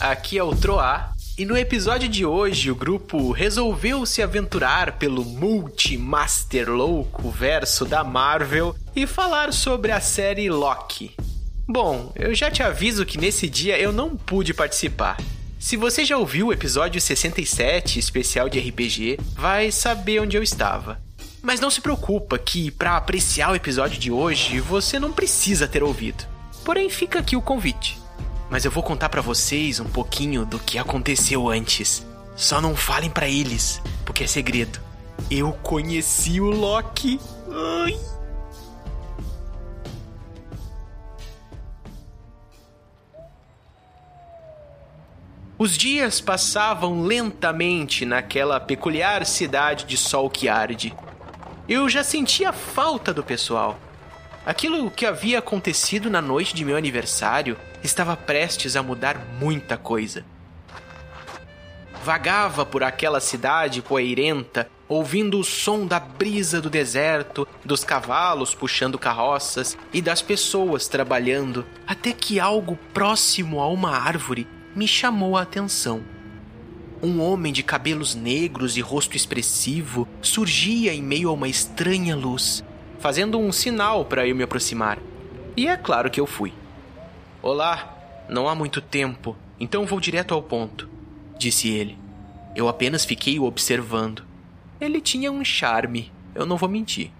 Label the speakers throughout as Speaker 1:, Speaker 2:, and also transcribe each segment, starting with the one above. Speaker 1: Aqui é o Troá. E no episódio de hoje, o grupo resolveu se aventurar pelo multi-master louco verso da Marvel e falar sobre a série Loki. Bom, eu já te aviso que nesse dia eu não pude participar. Se você já ouviu o episódio 67, especial de RPG, vai saber onde eu estava. Mas não se preocupa que, para apreciar o episódio de hoje, você não precisa ter ouvido. Porém, fica aqui o convite mas eu vou contar pra vocês um pouquinho do que aconteceu antes. Só não falem pra eles, porque é segredo. Eu conheci o Loki. Ai. Os dias passavam lentamente naquela peculiar cidade de sol que arde. Eu já sentia falta do pessoal. Aquilo que havia acontecido na noite de meu aniversário estava prestes a mudar muita coisa. Vagava por aquela cidade poeirenta, ouvindo o som da brisa do deserto, dos cavalos puxando carroças e das pessoas trabalhando, até que algo próximo a uma árvore me chamou a atenção. Um homem de cabelos negros e rosto expressivo surgia em meio a uma estranha luz, fazendo um sinal para eu me aproximar. E é claro que eu fui. Olá, não há muito tempo, então vou direto ao ponto, disse ele. Eu apenas fiquei o observando. Ele tinha um charme, eu não vou mentir.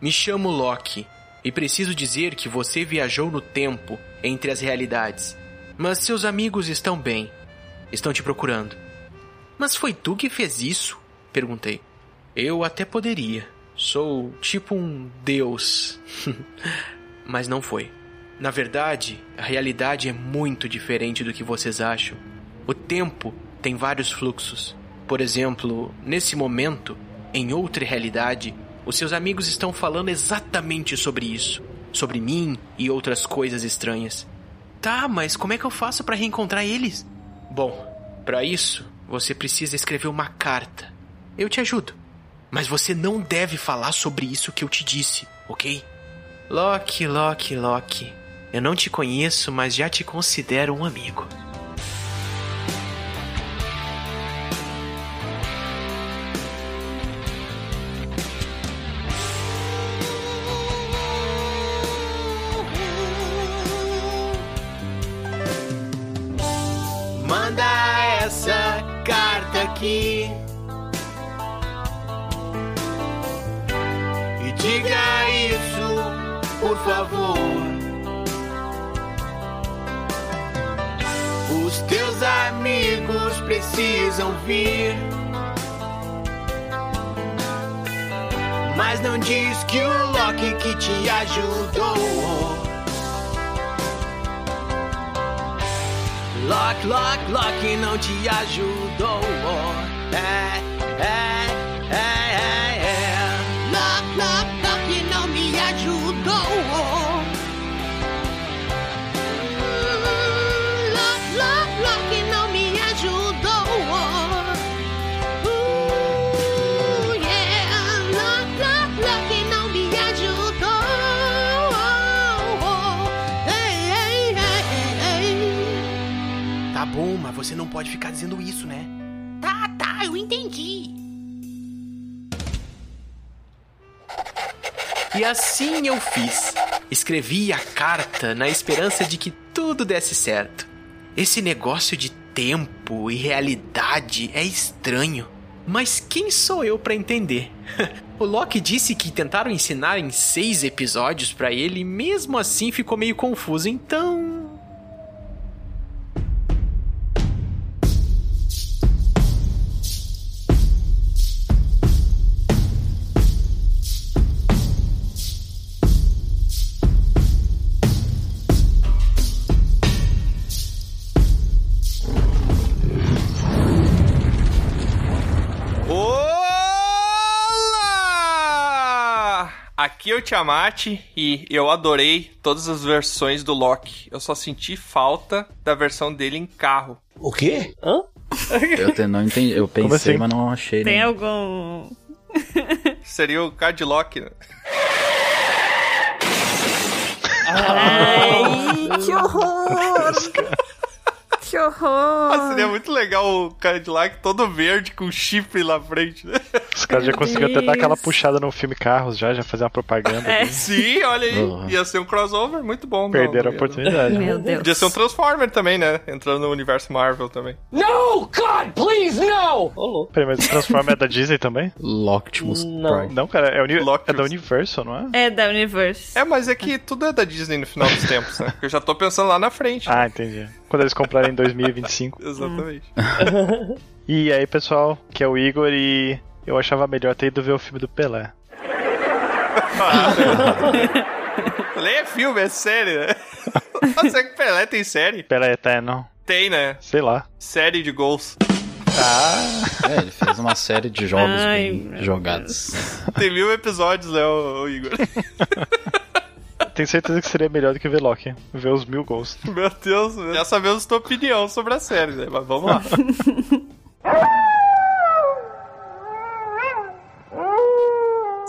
Speaker 1: Me chamo Loki, e preciso dizer que você viajou no tempo, entre as realidades. Mas seus amigos estão bem. Estão te procurando. Mas foi tu que fez isso? perguntei. Eu até poderia. Sou tipo um deus. Mas não foi. Na verdade, a realidade é muito diferente do que vocês acham. O tempo tem vários fluxos. Por exemplo, nesse momento, em outra realidade, os seus amigos estão falando exatamente sobre isso, sobre mim e outras coisas estranhas. Tá, mas como é que eu faço para reencontrar eles? Bom, para isso, você precisa escrever uma carta. Eu te ajudo. Mas você não deve falar sobre isso que eu te disse, ok? Loki, Loki, Loki. Eu não te conheço, mas já te considero um amigo. Manda essa carta aqui e diga isso, por favor. Os teus amigos precisam vir. Mas não diz que o Loki que te ajudou. Loki, Loki, Loki não te ajudou. É, é, é, é, é.
Speaker 2: Lock, lock, lock e não me ajudou. Hum, Lock, lock, lock e não me ajudou. Uh, yeah. Lock, lock, lock e não me ajudou. Ei, ei, ei, ei, ei.
Speaker 1: Tá bom, mas você não pode ficar dizendo isso, né?
Speaker 2: Tá, tá, eu entendi.
Speaker 1: E assim eu fiz. Escrevi a carta na esperança de que tudo desse certo. Esse negócio de tempo e realidade é estranho. Mas quem sou eu para entender? o Loki disse que tentaram ensinar em seis episódios para ele e mesmo assim ficou meio confuso, então.
Speaker 3: Olá! Aqui é o Tiamat e eu adorei todas as versões do Loki. Eu só senti falta da versão dele em carro.
Speaker 4: O quê?
Speaker 5: Eu te- não entendi. Eu pensei,
Speaker 4: assim?
Speaker 5: mas não achei.
Speaker 6: Tem
Speaker 5: né?
Speaker 6: algum.
Speaker 3: Seria o Cadillac. né?
Speaker 6: Ai, que horror! Que
Speaker 4: que horror!
Speaker 3: Ah, seria muito legal o Cadillac todo verde com chifre lá na frente, né?
Speaker 6: Os caras já
Speaker 4: Meu
Speaker 6: conseguiram até dar
Speaker 4: Deus.
Speaker 6: aquela puxada no filme Carros já, já fazer uma propaganda.
Speaker 4: É.
Speaker 3: Sim, olha aí.
Speaker 5: Uhum.
Speaker 3: Ia ser um crossover muito bom. não,
Speaker 6: Perderam a
Speaker 3: não ia,
Speaker 6: oportunidade.
Speaker 4: Meu
Speaker 3: não.
Speaker 4: Deus.
Speaker 3: Podia ser um Transformer também, né? Entrando no universo Marvel também.
Speaker 7: No, God, please, no! Ô, louco.
Speaker 6: Peraí, mas o Transformer é da Disney também?
Speaker 5: Loctimus
Speaker 7: Não.
Speaker 5: Prime.
Speaker 6: Não, cara, é, uni...
Speaker 3: Locus.
Speaker 6: é da Universal, não é?
Speaker 4: É da Universe.
Speaker 3: É, mas é que tudo é da Disney no final dos tempos, né? Eu já tô pensando lá na frente.
Speaker 6: Ah, entendi. Quando eles comprarem em 2025.
Speaker 3: Exatamente.
Speaker 6: E aí, pessoal, que é o Igor e eu achava melhor ter ido ver o filme do Pelé.
Speaker 3: Falei, é filme, é série, né? Mas é que Pelé tem série?
Speaker 6: Pelé Eterno,
Speaker 3: Tem, né?
Speaker 6: sei lá.
Speaker 3: Série de gols.
Speaker 5: É, ele fez uma série de jogos
Speaker 4: Ai, meu
Speaker 5: bem jogados.
Speaker 3: Tem mil episódios, né, ô, ô Igor?
Speaker 6: Tenho certeza que seria melhor do que ver Loki. Ver os mil gols.
Speaker 3: Meu Deus, já sabemos tua opinião sobre a série, né? Mas vamos lá.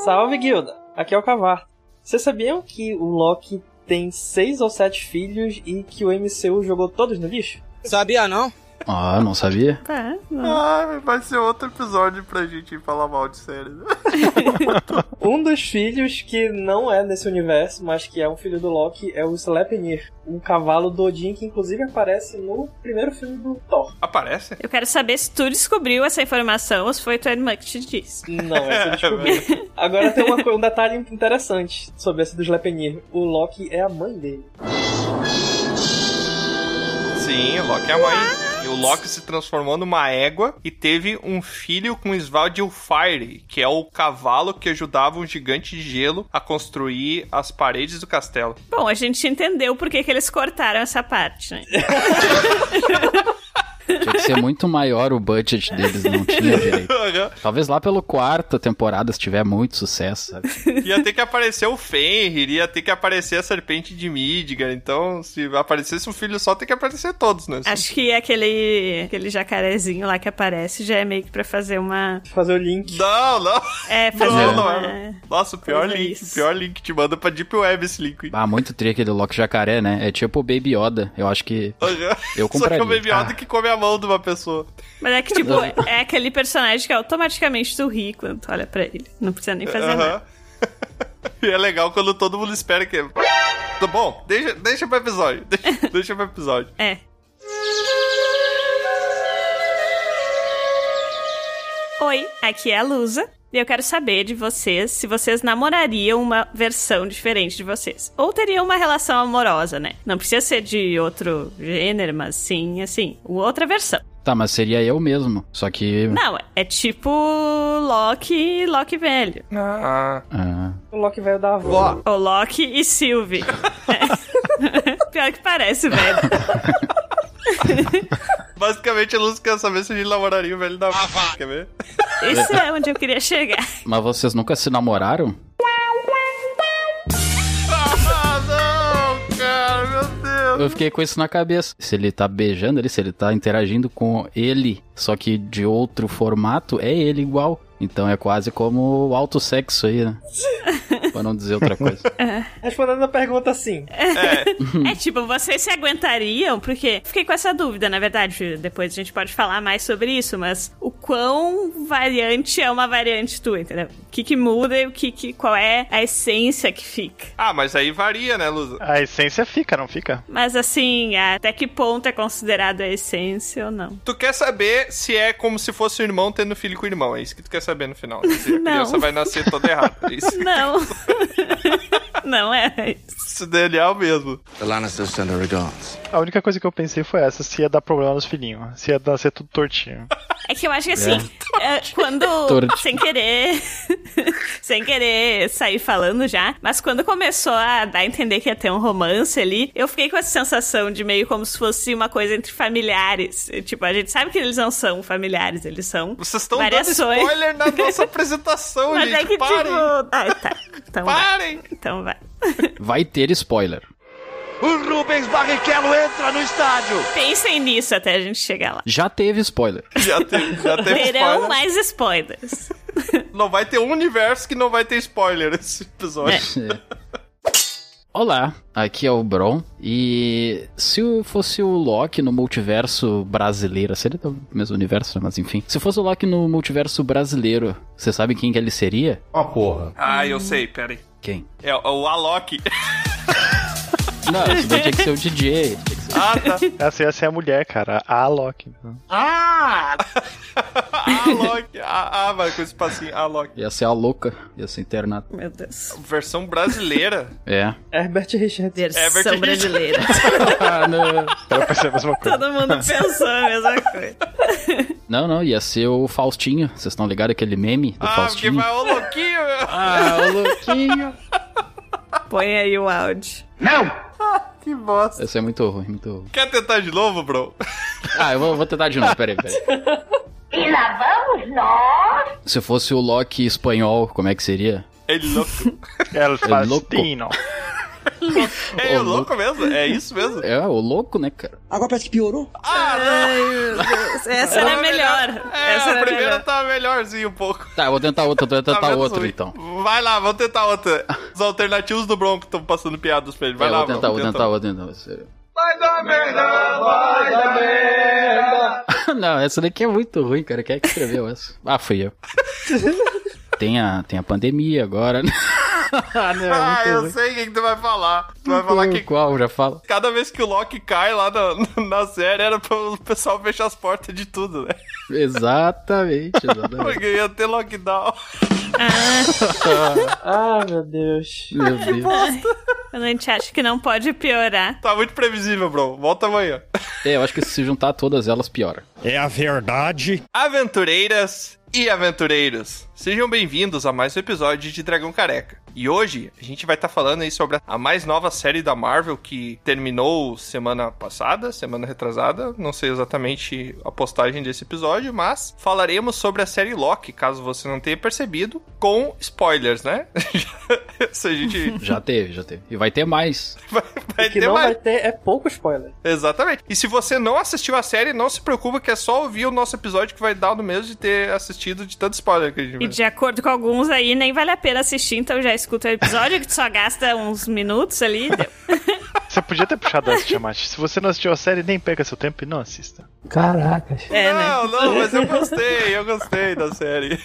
Speaker 7: Salve, guilda. Aqui é o Cavar. Vocês sabiam que o Loki tem seis ou sete filhos e que o MCU jogou todos no lixo?
Speaker 8: Sabia não?
Speaker 5: Ah, não sabia?
Speaker 4: Tá, não.
Speaker 3: Ah, vai ser outro episódio pra gente falar mal de série, né?
Speaker 7: Um dos filhos que não é nesse universo, mas que é um filho do Loki, é o Sleipnir, um cavalo do Odin que inclusive aparece no primeiro filme do Thor.
Speaker 3: Aparece?
Speaker 4: Eu quero saber se tu descobriu essa informação ou se foi tua irmã que te disse.
Speaker 7: Não, essa eu descobri. Agora tem uma, co- um detalhe interessante sobre esse do Sleipnir. O Loki é a mãe dele.
Speaker 3: Sim, o Loki é a mãe. E o Loki se transformou numa égua e teve um filho com Svadilfire, que é o cavalo que ajudava um gigante de gelo a construir as paredes do castelo.
Speaker 4: Bom, a gente entendeu por que, que eles cortaram essa parte, né?
Speaker 5: Tinha que ser muito maior o budget deles, não tinha direito. Talvez lá pelo quarta temporada, se tiver muito sucesso, sabe?
Speaker 3: ia ter que aparecer o Fenrir, ia ter que aparecer a serpente de Midgar. Então, se aparecesse um filho só, tem que aparecer todos, né?
Speaker 4: Acho que aquele, aquele jacarezinho lá que aparece já é meio que pra fazer uma.
Speaker 7: Fazer o link.
Speaker 3: Não, não.
Speaker 4: É, fazer
Speaker 3: Não, não
Speaker 4: uma.
Speaker 3: é. Nossa, o pior
Speaker 4: Pois é
Speaker 3: link.
Speaker 4: isso.
Speaker 3: o pior link. Te manda pra Deep Web esse link.
Speaker 5: Ah, muito tri aquele Loki Jacaré, né? É tipo o Baby Yoda. Eu acho que eu
Speaker 3: Só que
Speaker 5: compraria.
Speaker 3: é o Baby Yoda
Speaker 5: Ah,
Speaker 3: que come a mão de uma pessoa.
Speaker 4: Mas é que, tipo, é aquele personagem que automaticamente tu ri quando tu olha pra ele. Não precisa nem fazer nada.
Speaker 3: Aham. E é legal quando todo mundo espera que. Tá bom, deixa, deixa pro episódio. Deixa, deixa pro episódio.
Speaker 4: É. Oi, aqui é a Lusa. E eu quero saber de vocês se vocês namorariam uma versão diferente de vocês. Ou teriam uma relação amorosa, né? Não precisa ser de outro gênero, mas sim, assim, outra versão.
Speaker 5: Tá, mas seria eu mesmo. Só que.
Speaker 4: Não, é tipo Loki e Loki velho.
Speaker 3: Ah.
Speaker 5: Ah,
Speaker 7: O Loki veio da avó.
Speaker 4: Ou Loki e Sylvie. É. Pior que parece, velho.
Speaker 3: Basicamente, a Luz quer saber se a gente namoraria o velho da. Quer ver?
Speaker 4: Isso é onde eu queria chegar.
Speaker 5: mas vocês nunca se namoraram?
Speaker 3: Ah, não, cara, meu Deus.
Speaker 5: Eu fiquei com isso na cabeça. Se ele tá beijando ele, se ele tá interagindo com ele, só que de outro formato, é ele igual. Então é quase como o alto sexo aí, né? pra não dizer outra coisa.
Speaker 7: Respondendo a pergunta assim.
Speaker 4: É tipo, vocês se aguentariam? Porque fiquei com essa dúvida, na verdade. Depois a gente pode falar mais sobre isso, mas o quão variante é uma variante tua, entendeu? O que, que muda e o que, que qual é a essência que fica.
Speaker 3: Ah, mas aí varia, né, Luz?
Speaker 6: A essência fica, não fica?
Speaker 4: Mas assim, até que ponto é considerado a essência ou não?
Speaker 3: Tu quer saber se é como se fosse o irmão tendo filho com o irmão. É isso que tu quer saber no final. Se a
Speaker 4: Não.
Speaker 3: criança vai nascer toda errada. É isso.
Speaker 4: Não. não é isso.
Speaker 3: Se DNA é o mesmo.
Speaker 9: The Lannisters send her regards.
Speaker 6: A única coisa que eu pensei foi essa, se ia dar problema nos filhinhos. Se ia dar, ser tudo tortinho.
Speaker 4: É que eu acho que assim, é, quando.
Speaker 5: Torto.
Speaker 4: Sem querer. sem querer sair falando já. Mas quando começou a dar a entender que ia ter um romance ali, eu fiquei com essa sensação de meio como se fosse uma coisa entre familiares. Tipo, a gente sabe que eles não são familiares, eles são.
Speaker 3: Vocês estão dando
Speaker 4: Variações.
Speaker 3: spoiler na nossa apresentação,
Speaker 4: Mas
Speaker 3: gente.
Speaker 4: é que
Speaker 3: Parem.
Speaker 4: tipo. Ai, tá. Então vai.
Speaker 3: Parem.
Speaker 4: Então vai.
Speaker 5: Vai ter spoiler.
Speaker 9: O Rubens Barrichello entra no estádio!
Speaker 4: Pensem nisso até a gente chegar lá.
Speaker 5: Já teve spoiler.
Speaker 3: Já teve, já teve
Speaker 4: Terão
Speaker 3: spoiler.
Speaker 4: mais spoilers. É.
Speaker 3: Não vai ter um universo que não vai ter spoiler esse episódio.
Speaker 5: É. Olá, aqui é o Bron. E se eu fosse o Loki no multiverso brasileiro, seria do mesmo universo, né? mas enfim. Se fosse o Loki no multiverso brasileiro, você sabe quem que ele seria?
Speaker 8: Ó, porra.
Speaker 3: Ah, eu sei, peraí.
Speaker 5: Quem?
Speaker 3: É o Alok.
Speaker 5: Não, isso daí tinha que ser o DJ. tinha que ser-
Speaker 3: Ah, tá.
Speaker 6: Essa, essa é a mulher, cara. A Loki. Então,
Speaker 3: Alok. Ah, ah, vai com esse passinho. Alok.
Speaker 5: Ia ser a louca, ia ser internada.
Speaker 4: Meu Deus.
Speaker 3: Versão brasileira.
Speaker 5: É.
Speaker 7: Herbert Richards.
Speaker 3: Herbert
Speaker 4: Versão
Speaker 3: Richards.
Speaker 4: brasileira.
Speaker 5: Ah, não.
Speaker 6: Eu pensei a mesma coisa.
Speaker 4: Todo mundo pensou a mesma coisa.
Speaker 5: não, não, ia ser o Faustinho. Vocês estão ligados aquele meme do
Speaker 3: ah, porque
Speaker 5: Faustinho?
Speaker 3: vai o louquinho. meu.
Speaker 5: Ah, o louquinho.
Speaker 4: Põe aí o áudio.
Speaker 3: Que bosta.
Speaker 5: Isso é muito ruim, muito ruim.
Speaker 3: Quer tentar de novo, bro?
Speaker 5: Ah, eu vou, vou tentar de novo, peraí, peraí.
Speaker 2: E lá vamos nós!
Speaker 5: Se fosse o Loki espanhol, como é que seria?
Speaker 3: Ele louco.
Speaker 6: El
Speaker 5: louco.
Speaker 6: Faustino.
Speaker 3: É
Speaker 5: Ô,
Speaker 3: o louco mesmo? É isso mesmo?
Speaker 5: É, o louco, né, cara?
Speaker 9: Agora parece que piorou.
Speaker 3: Ah, não.
Speaker 4: Essa era melhor.
Speaker 3: É,
Speaker 4: Essa
Speaker 3: a
Speaker 5: né,
Speaker 4: era
Speaker 3: primeira
Speaker 4: melhor.
Speaker 3: tava melhorzinho um pouco.
Speaker 5: Tá, eu vou tentar outra, vou tentar
Speaker 3: menos
Speaker 5: outra,
Speaker 3: ruim.
Speaker 5: então.
Speaker 3: Vai lá, vamos tentar outra. Os alternativos do Bronco estão passando piadas pra ele. Vai
Speaker 5: É,
Speaker 3: lá,
Speaker 5: vou tentar,
Speaker 3: Bronco,
Speaker 5: vou
Speaker 3: tenta.
Speaker 5: tentar outra, então. Sério. Não, essa daqui é muito ruim, cara. Quem é que escreveu essa? Ah, fui eu. Tem a, tem a pandemia agora. né? ah, não, é
Speaker 3: Ah,
Speaker 5: muito
Speaker 3: eu
Speaker 5: ruim.
Speaker 3: sei o que, que tu vai falar. Tu vai falar que
Speaker 5: Qual? Já fala.
Speaker 3: cada vez que o Loki cai lá na, na série era pro pessoal fechar as portas de tudo, né?
Speaker 5: Exatamente, exatamente.
Speaker 3: Porque ia ter lockdown.
Speaker 7: Ah, meu Deus.
Speaker 5: Meu Deus.
Speaker 4: Quando a gente acha que não pode piorar.
Speaker 3: Tá muito previsível, bro. Volta amanhã.
Speaker 5: É, eu acho que se juntar todas elas, piora.
Speaker 8: É a verdade.
Speaker 3: Aventureiras e aventureiros, sejam bem-vindos a mais um episódio de Dragão Careca. E hoje a gente vai estar falando aí sobre a mais nova série da Marvel que terminou semana passada, semana retrasada, não sei exatamente a postagem desse episódio, mas falaremos sobre a série Loki, caso você não tenha percebido, com spoilers, né? Se a gente
Speaker 5: Já teve, já teve. E vai ter mais.
Speaker 3: vai, vai
Speaker 7: o que
Speaker 3: ter
Speaker 7: não
Speaker 3: mais.
Speaker 7: vai ter é pouco spoiler.
Speaker 3: Exatamente. E se você não assistiu a série, não se preocupa que é só ouvir o nosso episódio que vai dar no mesmo de ter assistido de tanto spoiler que a gente
Speaker 4: E
Speaker 3: vai.
Speaker 4: de acordo com alguns aí, nem vale a pena assistir, então já escuta o episódio que tu só gasta uns minutos ali. deu.
Speaker 6: Você podia ter puxado essa, Tiamat. Se você não assistiu a série, nem pega seu tempo e não assista.
Speaker 7: Caracas.
Speaker 4: É, né?
Speaker 3: Não, não, mas eu gostei, eu gostei da série.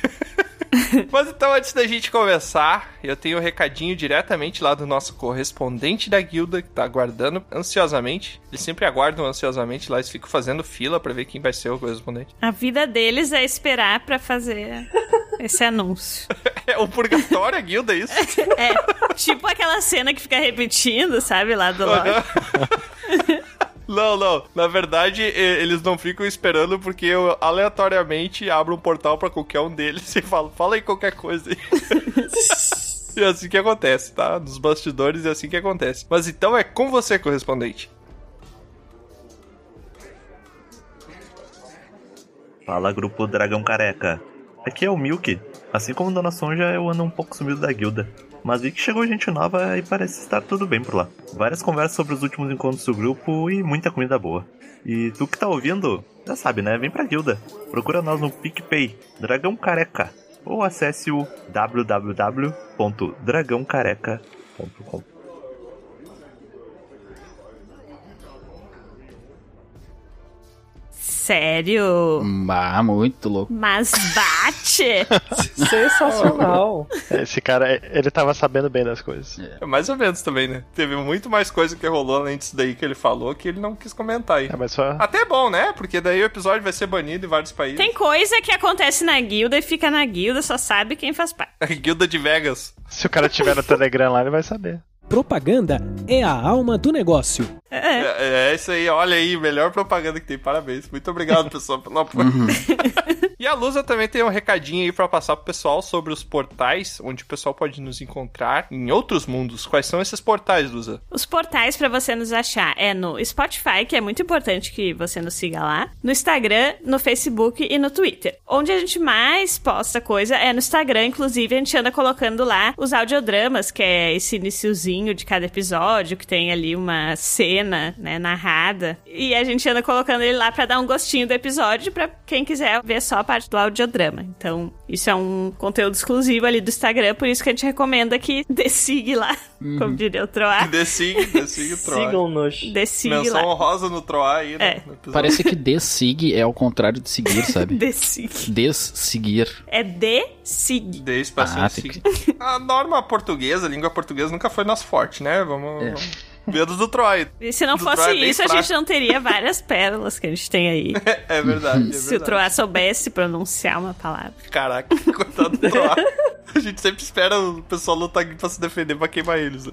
Speaker 3: mas então, antes da gente começar, eu tenho um recadinho diretamente lá do nosso correspondente da guilda, que tá aguardando ansiosamente. Eles sempre aguardam ansiosamente lá, eles ficam fazendo fila pra ver quem vai ser o correspondente.
Speaker 4: A vida deles é esperar pra fazer esse anúncio.
Speaker 3: É o purgatório, a guilda, é isso?
Speaker 4: É, tipo aquela cena que fica repetindo, sabe, lá do Loki.
Speaker 3: Não, não. Na verdade, e- eles não ficam esperando porque eu aleatoriamente abro um portal pra qualquer um deles e falo, fala aí qualquer coisa. aí." e é assim que acontece, tá? Nos bastidores é assim que acontece. Mas então é com você, correspondente.
Speaker 10: Fala grupo Dragão Careca. Aqui é o Milk. Assim como Dona Sonja, eu ando um pouco sumido da guilda. Mas vi que chegou gente nova e parece estar tudo bem por lá. Várias conversas sobre os últimos encontros do grupo e muita comida boa. E tu que tá ouvindo, já sabe, né? Vem pra guilda. Procura nós no PicPay, Dragão Careca. Ou acesse o www.dragãocareca.com.
Speaker 4: Sério?
Speaker 5: Bah, Ah, muito louco.
Speaker 4: Mas bate!
Speaker 7: Sensacional.
Speaker 6: Esse cara, ele tava sabendo bem das coisas.
Speaker 3: É mais ou menos também, né? Teve muito mais coisa que rolou além disso daí que ele falou que ele não quis comentar aí.
Speaker 6: É, mas só.
Speaker 3: Até é bom, né? Porque daí o episódio vai ser banido em vários países.
Speaker 4: Tem coisa que acontece na guilda e fica na guilda, só sabe quem faz parte.
Speaker 3: A guilda de Vegas.
Speaker 6: Se o cara tiver no Telegram lá, ele vai saber.
Speaker 11: Propaganda é a alma do negócio.
Speaker 3: É, é isso aí, olha aí, melhor propaganda que tem, parabéns. Muito obrigado, pessoal, pelo apoio. e a Lusa também tem um recadinho aí pra passar pro pessoal sobre os portais onde o pessoal pode nos encontrar em outros mundos. Quais são esses portais, Lusa?
Speaker 4: Os portais pra você nos achar é no Spotify, que é muito importante que você nos siga lá, no Instagram, no Facebook e no Twitter. Onde a gente mais posta coisa é no Instagram, inclusive a gente anda colocando lá os audiodramas, que é esse iniciozinho de cada episódio, que tem ali uma cena, né, narrada. E a gente anda colocando ele lá pra dar um gostinho do episódio pra quem quiser ver só a parte do audiodrama. Então, isso é um conteúdo exclusivo ali do Instagram, por isso que a gente recomenda que dessigue lá, como diria o Troar.
Speaker 3: Desigue, desigue o Troar.
Speaker 7: Sigam-nos.
Speaker 4: Dessigue
Speaker 3: Menção
Speaker 4: Ah. lá.
Speaker 3: honrosa no Troar aí, né?
Speaker 4: É.
Speaker 3: no episódio.
Speaker 5: Parece que dessig é ao contrário de seguir,
Speaker 3: um.
Speaker 5: sabe?
Speaker 4: Dessigue.
Speaker 5: Desseguir.
Speaker 4: É dessigue.
Speaker 3: Dei espacinho
Speaker 5: Ah,
Speaker 3: sim.
Speaker 5: tem
Speaker 3: A norma portuguesa, a língua portuguesa nunca foi nosso forte, né? Vamos.
Speaker 5: É.
Speaker 3: vamos- Medo do Troy.
Speaker 4: E se não
Speaker 3: Do
Speaker 4: fosse
Speaker 3: Troar é bem
Speaker 4: isso, a
Speaker 3: fraco.
Speaker 4: gente não teria várias pérolas que a gente tem aí.
Speaker 3: É verdade. É
Speaker 4: se o
Speaker 3: verdade.
Speaker 4: Troar soubesse pronunciar uma palavra.
Speaker 3: Caraca, coitado do Troar. A gente sempre espera o pessoal lutar aqui pra se defender, pra queimar eles.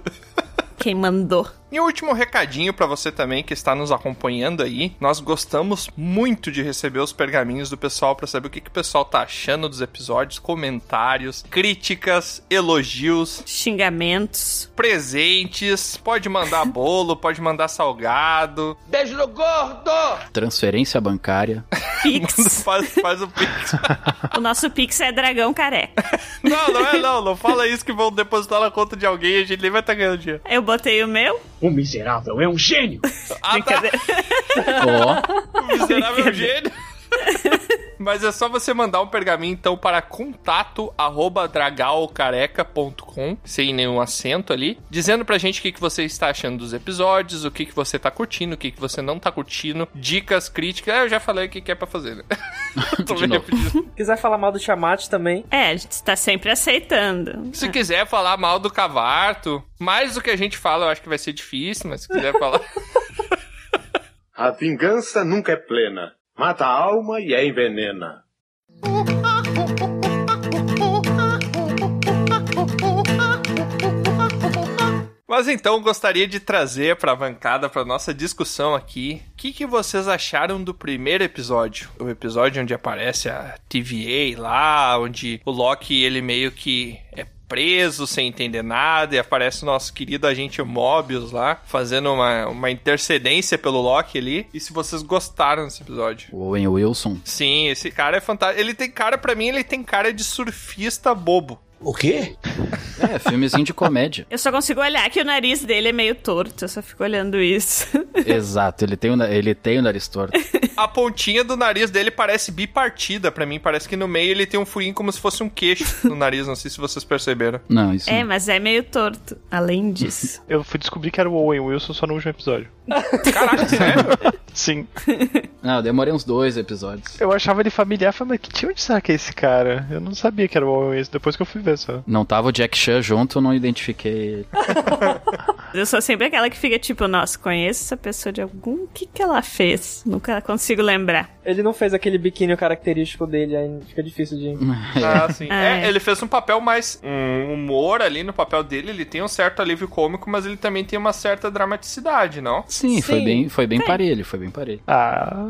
Speaker 4: Quem mandou?
Speaker 3: E um último recadinho pra você também que está nos acompanhando aí. Nós gostamos muito de receber os pergaminhos do pessoal pra saber o que, que o pessoal tá achando dos episódios, comentários, críticas, elogios,
Speaker 4: Xingamentos.
Speaker 3: presentes. Pode mandar bolo, pode mandar salgado.
Speaker 9: Beijo no gordo!
Speaker 5: Transferência bancária.
Speaker 4: Pix.
Speaker 3: Faz, faz o pix.
Speaker 4: o nosso Pix é dragão careca.
Speaker 3: Não, não é não. Não fala isso que vão depositar na conta de alguém e a gente nem vai estar ganhando dinheiro.
Speaker 4: Eu botei o meu.
Speaker 9: O miserável é um gênio!
Speaker 3: Ah, tá.
Speaker 5: Ó,
Speaker 3: O miserável é um gênio. Mas é só você mandar um pergaminho, então, para contato arroba dragalcareca.com, sem nenhum acento ali, dizendo pra gente o que, que você está achando dos episódios, o que, que você tá curtindo, o que, que você não tá curtindo, dicas, críticas. Ah, eu já falei o que, que é pra fazer, né? Tô
Speaker 5: De
Speaker 3: me
Speaker 5: novo.
Speaker 3: repetindo.
Speaker 7: Quiser falar mal do Tiamat também,
Speaker 4: É, a gente tá sempre aceitando.
Speaker 3: Se quiser falar mal do Cavarto, mais do que a gente fala, eu acho que vai ser difícil, mas se quiser falar.
Speaker 8: A vingança nunca é plena. Mata a alma e a envenena.
Speaker 3: Mas então gostaria de trazer pra bancada, pra nossa discussão aqui, o que, que vocês acharam do primeiro episódio? O episódio onde aparece a TVA lá, onde o Loki ele meio que é preso sem entender nada e aparece o nosso querido agente Mobius lá fazendo uma, uma intercedência pelo Loki ali. E se vocês gostaram desse episódio?
Speaker 5: Owen Wilson.
Speaker 3: Sim, esse cara é fantástico. Ele tem cara, pra mim, ele tem cara de surfista bobo.
Speaker 9: O quê?
Speaker 5: É, filmezinho de comédia.
Speaker 4: Eu só consigo olhar que o nariz dele é meio torto. Eu só fico olhando isso.
Speaker 5: Exato, ele tem o, na- ele tem o nariz torto.
Speaker 3: A pontinha do nariz dele parece bipartida pra mim. Parece que no meio ele tem um furinho como se fosse um queixo no nariz. Não sei se vocês perceberam.
Speaker 5: Não, isso.
Speaker 4: É,
Speaker 5: não.
Speaker 4: mas é meio torto. Além disso.
Speaker 6: Eu fui descobrir que era o Owen Wilson só no último episódio.
Speaker 3: Caraca, sério?
Speaker 6: Sim.
Speaker 5: Não, Ah, eu demorei uns dois episódios.
Speaker 6: Eu achava ele familiar, falei, mas que de onde será que é esse cara? Eu não sabia que era o Owen Wilson, depois que eu fui ver só.
Speaker 5: Não tava o Jack Chan junto, eu não identifiquei ele.
Speaker 4: Eu sou sempre aquela que fica tipo, nossa, conheço essa pessoa de algum. O que, que ela fez? Nunca consigo lembrar.
Speaker 7: ele não fez aquele biquíni característico dele, aí fica difícil de.
Speaker 3: Ah, sim. É,
Speaker 4: É.
Speaker 3: ele fez um papel mais. Um humor ali no papel dele. Ele tem um certo alívio cômico, mas ele também tem uma certa dramaticidade, não?
Speaker 5: Sim, foi
Speaker 7: Sim.
Speaker 5: bem, foi bem parelho, foi bem parelho.
Speaker 6: Ah.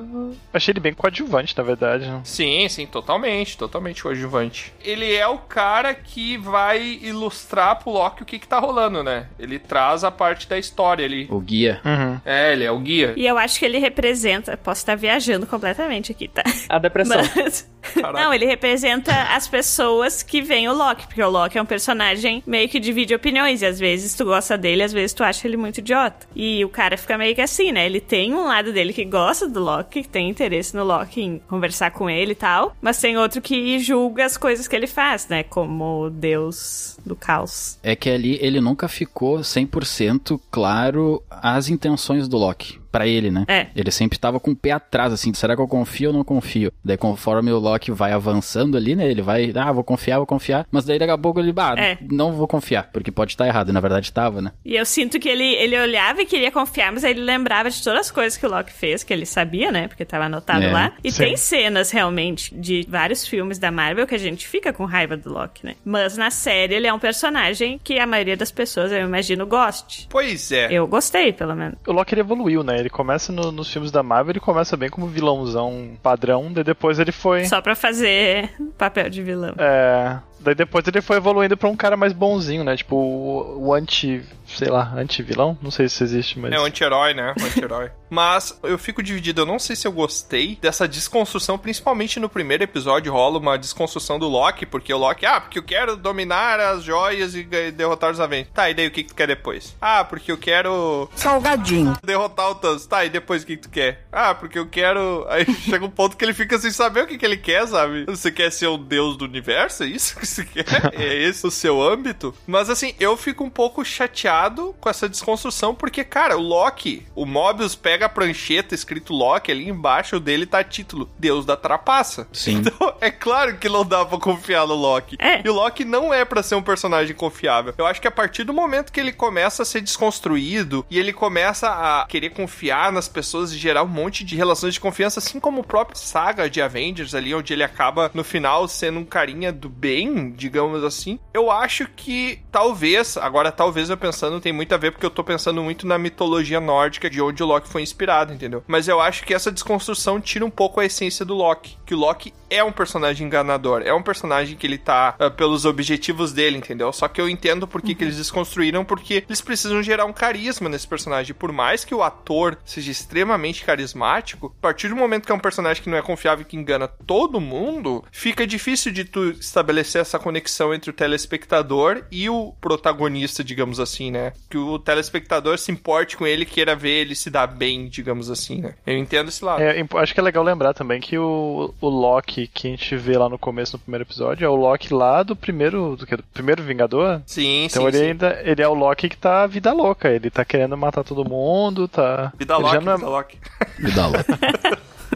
Speaker 6: Achei ele bem coadjuvante, na verdade. né?
Speaker 3: Sim, sim, totalmente, totalmente coadjuvante. Ele é o cara que vai ilustrar pro Loki o que que tá rolando, né? Ele traz a parte da história ali.
Speaker 5: O guia.
Speaker 6: Uhum.
Speaker 3: É, ele é o guia.
Speaker 4: E eu acho que ele representa. Posso estar viajando completamente aqui, tá?
Speaker 7: A depressão.
Speaker 4: Mas.
Speaker 3: Caraca.
Speaker 4: Não, ele representa as pessoas que veem o Loki, porque o Loki é um personagem meio que divide opiniões, e às vezes tu gosta dele, às vezes tu acha ele muito idiota. E o cara fica meio que assim, né? Ele tem um lado dele que gosta do Loki, que tem interesse no Loki em conversar com ele e tal, mas tem outro que julga as coisas que ele faz, né? Como o deus do caos.
Speaker 5: É que ali ele nunca ficou 100% claro as intenções do Loki. Pra ele, né?
Speaker 4: É.
Speaker 5: Ele sempre tava com o pé atrás, assim, será que eu confio ou não confio? Daí conforme o Loki vai avançando ali, né, ele vai, ah, vou confiar, vou confiar, mas daí daqui a pouco ele, ah,
Speaker 4: É.
Speaker 5: não vou confiar, porque pode estar errado, e na verdade tava, né?
Speaker 4: E eu sinto que ele, ele olhava e queria confiar, mas aí ele lembrava de todas as coisas que o Loki fez, que ele sabia, né? Porque tava anotado
Speaker 5: É.
Speaker 4: lá. E
Speaker 6: Sim.
Speaker 4: tem cenas, realmente, de vários filmes da Marvel que a gente fica com raiva do Loki, né? Mas na série ele é um personagem que a maioria das pessoas, eu imagino, goste.
Speaker 3: Pois é.
Speaker 4: Eu gostei, pelo menos.
Speaker 6: O Loki ele evoluiu, né? Ele começa no- nos filmes da Marvel, ele começa bem como vilãozão padrão, daí depois ele foi.
Speaker 4: Só pra fazer papel de vilão.
Speaker 6: É. Daí depois ele foi evoluindo pra um cara mais bonzinho, né? Tipo, o, o anti. sei lá, anti-vilão? Não sei se existe, mas.
Speaker 3: É um anti-herói, né? Um anti-herói. Mas eu fico dividido, eu não sei se eu gostei dessa desconstrução, principalmente no primeiro episódio rola uma desconstrução do Loki, porque o Loki, ah, porque eu quero dominar as joias e ga- derrotar os Avengers. Tá, e daí o que que tu quer depois? Ah, porque eu quero... Salgadinho. Derrotar o Thanos. Tá, e depois o que que tu quer? Ah, porque eu quero... Aí chega um ponto que ele fica sem saber o que que ele quer, sabe? Você quer ser o deus do universo? É isso que você quer? É esse o seu âmbito? Mas assim, eu fico um pouco chateado com essa desconstrução, porque, cara, o Loki, o Mobius pega a prancheta escrito Loki, ali embaixo dele tá título Deus da Trapaça.
Speaker 5: Sim.
Speaker 3: Então, é claro que não dá pra confiar no Loki. E o Loki não é pra ser um personagem confiável. Eu acho que a partir do momento que ele começa a ser desconstruído e ele começa a querer confiar nas pessoas e gerar um monte de relações de confiança, assim como o próprio saga de Avengers ali, onde ele acaba no final sendo um carinha do bem, digamos assim. Eu acho que talvez, agora talvez eu pensando, tem muito a ver porque eu tô pensando muito na mitologia nórdica de onde o Loki foi inspirado, entendeu? Mas eu acho que essa desconstrução tira um pouco a essência do Loki, que o Loki é um personagem enganador, é um personagem que ele tá ah, pelos objetivos dele, entendeu? Só que eu entendo por que, que
Speaker 6: Uhum.
Speaker 3: eles desconstruíram, porque eles precisam gerar um carisma nesse personagem. Por mais que o ator seja extremamente carismático, a partir do momento que é um personagem que não é confiável e que engana todo mundo, fica difícil de tu estabelecer essa conexão entre o telespectador e o protagonista, digamos assim, né? Que o telespectador se importe com ele, queira ver ele se dar bem, digamos assim, né? Eu entendo esse lado.
Speaker 6: É, imp- acho que é legal lembrar também que o, o Loki que a gente vê lá no começo, no primeiro episódio, é o Loki lá do primeiro. do, quê? Do primeiro Vingador?
Speaker 3: Sim,
Speaker 6: Então
Speaker 3: sim,
Speaker 6: ele
Speaker 3: sim.
Speaker 6: ainda. Ele é o Loki que tá vida louca. Ele tá querendo matar todo mundo, tá.
Speaker 3: Vida
Speaker 6: ele
Speaker 3: Loki,
Speaker 6: já não é-
Speaker 3: vida Loki.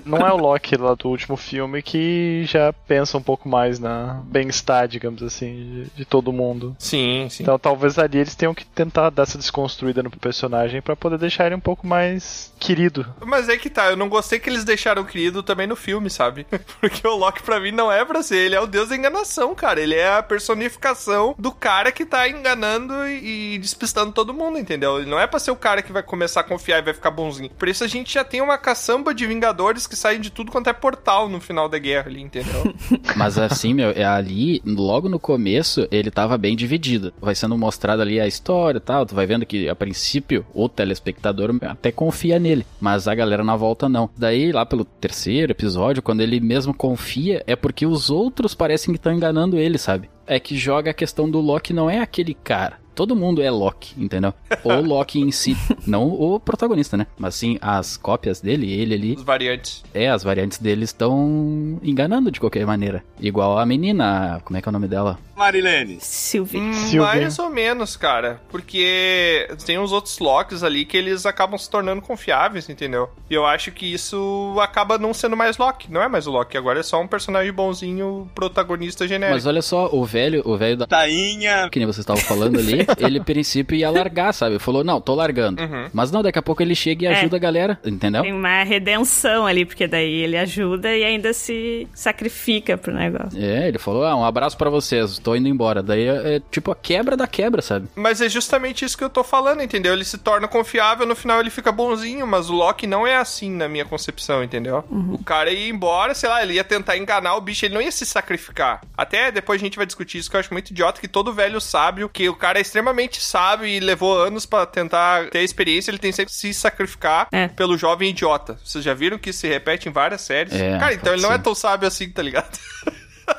Speaker 6: não é o Loki lá do último filme que já pensa um pouco mais na bem-estar, digamos assim, de, de todo mundo.
Speaker 3: Sim, sim.
Speaker 6: Então talvez ali eles tenham que tentar dar essa desconstruída no personagem pra poder deixar ele um pouco mais querido.
Speaker 3: Mas é que tá, eu não gostei que eles deixaram o querido também no filme, sabe? Porque o Loki pra mim não é pra ser, ele é o deus da enganação, cara. Ele é a personificação do cara que tá enganando e e despistando todo mundo, entendeu? Ele não é pra ser o cara que vai começar a confiar e vai ficar bonzinho. Por isso a gente já tem uma caçamba de vingadores que saem de tudo quanto é portal no final da guerra ali, entendeu?
Speaker 5: Mas assim, meu, é ali, logo no começo, ele tava bem dividido. Vai sendo mostrado ali a história e tal. Tu vai vendo que, a princípio, o telespectador até confia nele. Mas a galera na volta não. Daí, lá pelo terceiro episódio, quando ele mesmo confia, é porque os outros parecem que estão enganando ele, sabe? É que joga a questão do Loki não é aquele cara. Todo mundo é Loki, entendeu? O Loki em si, não o protagonista, né? Mas sim as cópias dele, ele ali.
Speaker 3: Os variantes.
Speaker 5: É, as variantes deles estão enganando de qualquer maneira. Igual a menina, como é que é o nome dela?
Speaker 3: Marilene.
Speaker 4: Sylvie.
Speaker 3: Hum, Mais ou menos, cara. Porque tem uns outros Locks ali que eles acabam se tornando confiáveis, entendeu? E eu acho que isso acaba não sendo mais Loki. Não é mais o Loki. Agora é só um personagem bonzinho, protagonista
Speaker 4: É.
Speaker 3: genérico.
Speaker 5: Mas olha só, o velho, o velho da Tainha, que nem vocês estavam falando ali, ele a princípio ia largar, sabe? Falou, não, tô largando.
Speaker 4: Uhum. É.
Speaker 5: Mas não, daqui a pouco ele chega e ajuda a galera, entendeu?
Speaker 4: Tem uma redenção ali, porque daí ele ajuda e ainda se sacrifica pro negócio.
Speaker 5: É, ele falou, ah, um abraço pra vocês, tô indo embora. Daí é, é tipo a quebra da quebra, sabe?
Speaker 3: Mas é justamente isso que eu tô falando, entendeu? Ele se torna confiável, no final ele fica bonzinho, mas o Loki não é assim na minha concepção, entendeu? O cara ia embora, sei lá, ele ia tentar enganar o bicho, ele não ia se sacrificar. Até depois a gente vai discutir isso, que eu acho muito idiota, que todo velho sábio, que o cara é extremamente sábio e levou anos pra tentar ter a experiência, ele tem sempre que se sacrificar pelo jovem idiota. Vocês já viram que isso se repete em várias séries?
Speaker 6: É,
Speaker 3: cara, então
Speaker 6: pode
Speaker 3: ele não é
Speaker 6: ser.
Speaker 3: tão sábio assim, tá ligado?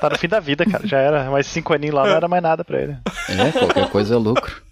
Speaker 6: Tá no fim da vida, cara. Já era. Mais cinco aninhos lá não era mais nada pra ele.
Speaker 5: É, qualquer coisa é lucro.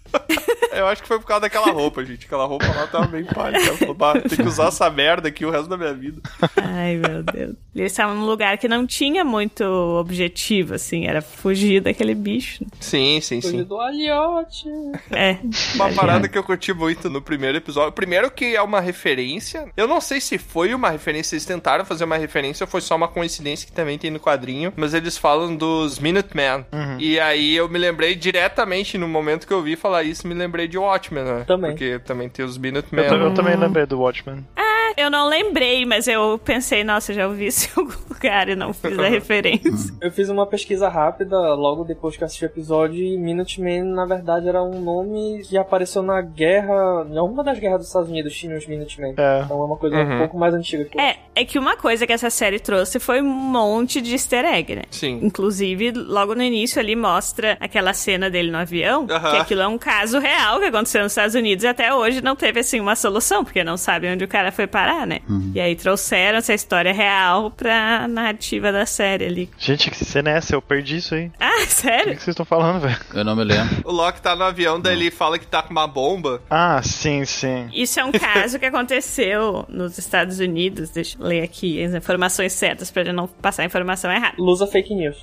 Speaker 3: Eu acho que foi por causa daquela roupa, gente. Aquela roupa lá tava bem pálida. Eu falei, "Bah, Tem que usar essa merda aqui o resto da minha vida.
Speaker 4: Ai, meu Deus. Ele estava num lugar que não tinha muito objetivo, assim, era fugir daquele bicho.
Speaker 3: Sim, sim,
Speaker 7: Coisa
Speaker 3: sim.
Speaker 7: do aliote.
Speaker 4: É.
Speaker 3: Uma parada que eu curti muito no primeiro episódio. Primeiro que é uma referência. Eu não sei se foi uma referência, eles tentaram fazer uma referência ou foi só uma coincidência que também tem no quadrinho. Mas eles falam dos Minutemen. E aí eu me lembrei diretamente, no momento que eu vi falar isso, me lembrei de Watchmen, né? Também. Porque também tem os Minutemen.
Speaker 6: Eu, ta- eu também lembrei do Watchmen.
Speaker 4: Ah, Eu não lembrei, mas eu pensei, nossa, já ouvi isso em algum lugar e não fiz a referência.
Speaker 7: Eu fiz uma pesquisa rápida logo depois que eu assisti o episódio e Minutemen, na verdade, era um nome que apareceu na guerra, em alguma das guerras dos Estados Unidos, tinha os Minutemen. Então é uma coisa
Speaker 3: Uhum.
Speaker 7: um pouco mais antiga. Que
Speaker 4: É, é que uma coisa que essa série trouxe foi um monte de easter egg, né?
Speaker 3: Sim.
Speaker 4: Inclusive, logo no início ali mostra aquela cena dele no avião,
Speaker 3: Aham.
Speaker 4: que aquilo é um caso real que aconteceu nos Estados Unidos e até hoje não teve, assim, uma solução, porque não sabe onde o cara foi parar, né? E aí trouxeram essa história real pra narrativa da série ali.
Speaker 6: Gente, que cena é essa? Eu perdi isso aí.
Speaker 4: Ah,
Speaker 6: O que
Speaker 4: sério?
Speaker 6: que vocês estão falando, velho?
Speaker 5: Eu não me lembro.
Speaker 3: O Loki tá no avião, daí ele fala que tá com uma bomba.
Speaker 6: Ah, sim, sim.
Speaker 4: Isso é um caso que aconteceu nos Estados Unidos. Deixa eu ler aqui as informações certas pra eu não passar a informação errada.
Speaker 7: Lusa fake news.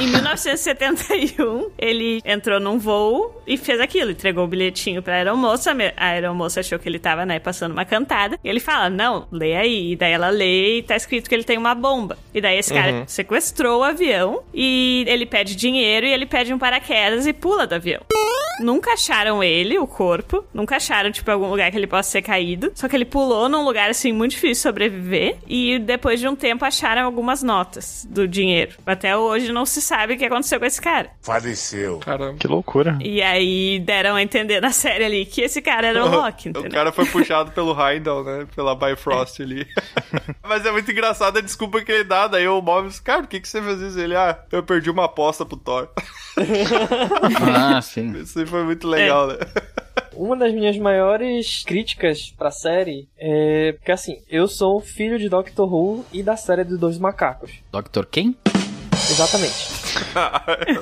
Speaker 4: Em 1971, ele entrou num voo e fez aquilo, entregou o bilhetinho pra aeromoça, a aeromoça achou que ele tava, né, passando uma cantada, e ele fala, não, lê aí, e daí ela lê e tá escrito que ele tem uma bomba, e daí esse cara
Speaker 3: Uhum.
Speaker 4: sequestrou o avião, e ele pede dinheiro, e ele pede um paraquedas e pula do avião. Nunca acharam ele, o corpo. Nunca acharam, tipo, algum lugar que ele possa ser caído. Só que ele pulou num lugar, assim, muito difícil de sobreviver. E depois de um tempo acharam algumas notas do dinheiro. Até hoje não se sabe o que aconteceu com esse cara.
Speaker 9: Faleceu.
Speaker 3: Caramba.
Speaker 6: Que loucura.
Speaker 4: E aí deram a entender na série ali que esse cara era o Loki,
Speaker 3: O
Speaker 4: entendeu?
Speaker 3: cara foi puxado pelo Heindel, né? Pela Bifrost ali. Mas é muito engraçado a desculpa que ele dá. Daí o Mobius, cara, o que, que você fez isso? Ele, ah, eu perdi uma aposta pro Thor.
Speaker 5: Ah, sim.
Speaker 3: Isso aí foi muito legal, né?
Speaker 7: Uma das minhas maiores críticas pra série é. Porque assim, eu sou filho de Doctor Who e da série dos dois macacos.
Speaker 5: Dr. quem?
Speaker 7: Exatamente.
Speaker 4: Ai,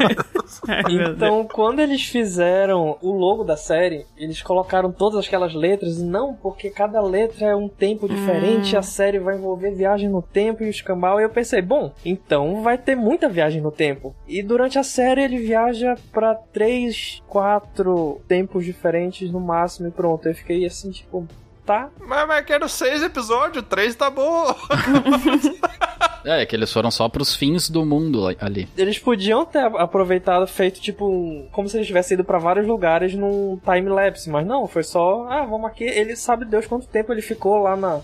Speaker 4: meu Deus.
Speaker 7: Então, quando eles fizeram o logo da série, eles colocaram todas aquelas letras, e não porque cada letra é um
Speaker 4: Ah.
Speaker 7: tempo diferente, a série vai envolver viagem no tempo e o escambau. E eu pensei, bom, então vai ter muita viagem no tempo. E durante a série ele viaja pra três, quatro tempos diferentes no máximo e pronto. Eu fiquei assim, tipo, tá?
Speaker 3: Mas, mas quero seis episódios, três tá bom.
Speaker 5: É, é que eles foram só pros fins do mundo lá- ali.
Speaker 7: Eles podiam ter aproveitado, feito tipo um. Como se eles tivessem ido pra vários lugares num time-lapse, mas não, foi só. Ah, vamos aqui. Ele sabe Deus quanto tempo ele ficou lá na.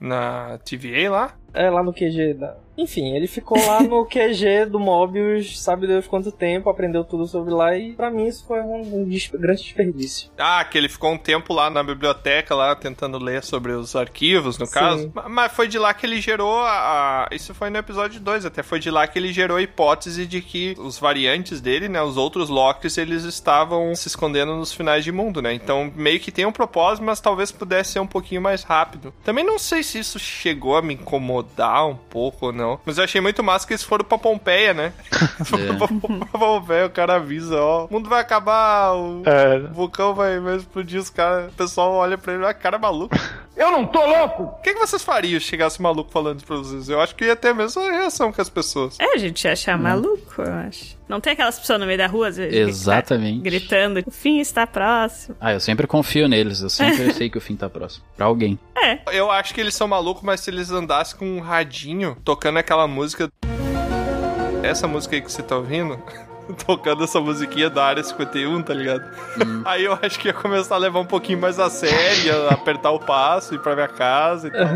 Speaker 3: Na TVA lá?
Speaker 7: É, lá no QG da. Enfim, ele ficou lá no QG do Mobius, sabe Deus quanto tempo, aprendeu tudo sobre lá e pra mim isso foi um, um des- grande desperdício.
Speaker 3: Ah, que ele ficou um tempo lá na biblioteca, lá tentando ler sobre os arquivos, no
Speaker 7: Sim.
Speaker 3: caso. Ma- Mas foi de lá que ele gerou a, a- Isso foi no episódio 2, até foi de lá que ele gerou a hipótese de que os variantes dele, né? Os outros Locks, eles estavam se escondendo nos finais de mundo, né? Então meio que tem um propósito, mas talvez pudesse ser um pouquinho mais rápido. Também não sei se isso chegou a me incomodar um pouco ou não. Mas eu achei muito massa que eles foram pra Pompeia, né? Foram pra pra Pompeia, o cara avisa, ó. O mundo vai acabar. O... O
Speaker 6: É,
Speaker 3: vulcão vai, vai explodir, os caras. O pessoal olha pra ele, ah, cara é maluco.
Speaker 9: Eu não tô louco!
Speaker 3: O que, que vocês fariam se chegasse um maluco falando isso pra vocês? Eu acho que ia ter a mesma reação que as pessoas.
Speaker 4: É, a gente ia achar maluco, eu acho. Não tem aquelas pessoas no meio da rua, às vezes, que tá
Speaker 5: Exatamente.
Speaker 4: gritando, o fim está próximo.
Speaker 5: Ah, eu sempre confio neles. Eu sempre sei que o fim tá próximo. Pra alguém.
Speaker 3: Eu acho que eles são malucos, mas se eles andassem com um radinho tocando aquela música. Essa música aí que você tá ouvindo. Tocando essa musiquinha da área 51, tá ligado? Aí eu acho que ia começar a levar um pouquinho mais a sério, ia apertar o passo, ir pra minha casa e tal.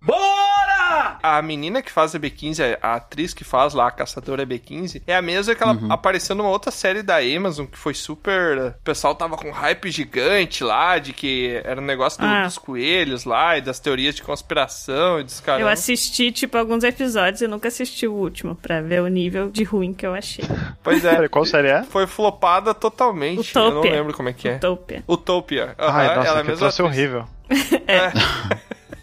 Speaker 9: Bora!
Speaker 3: A menina que faz a B15, a a atriz que faz lá, a caçadora B15, é a mesma que ela apareceu numa outra série da Amazon, que foi super. O pessoal tava com hype gigante lá, de que era um negócio do-
Speaker 4: Ah.
Speaker 3: dos coelhos lá, e das teorias de conspiração e dos caras.
Speaker 4: Eu assisti, tipo, alguns episódios e nunca assisti o último, pra ver o nível de ruim que eu achei.
Speaker 3: Pois é.
Speaker 6: pera, qual série é?
Speaker 3: Foi flopada totalmente. Eu não
Speaker 4: Utopia.
Speaker 3: lembro como é que é.
Speaker 4: Utopia.
Speaker 3: Utopia. Aham,
Speaker 6: Ai, nossa,
Speaker 3: ela é a
Speaker 6: que
Speaker 3: mesma
Speaker 6: troço
Speaker 3: atriz.
Speaker 6: horrível.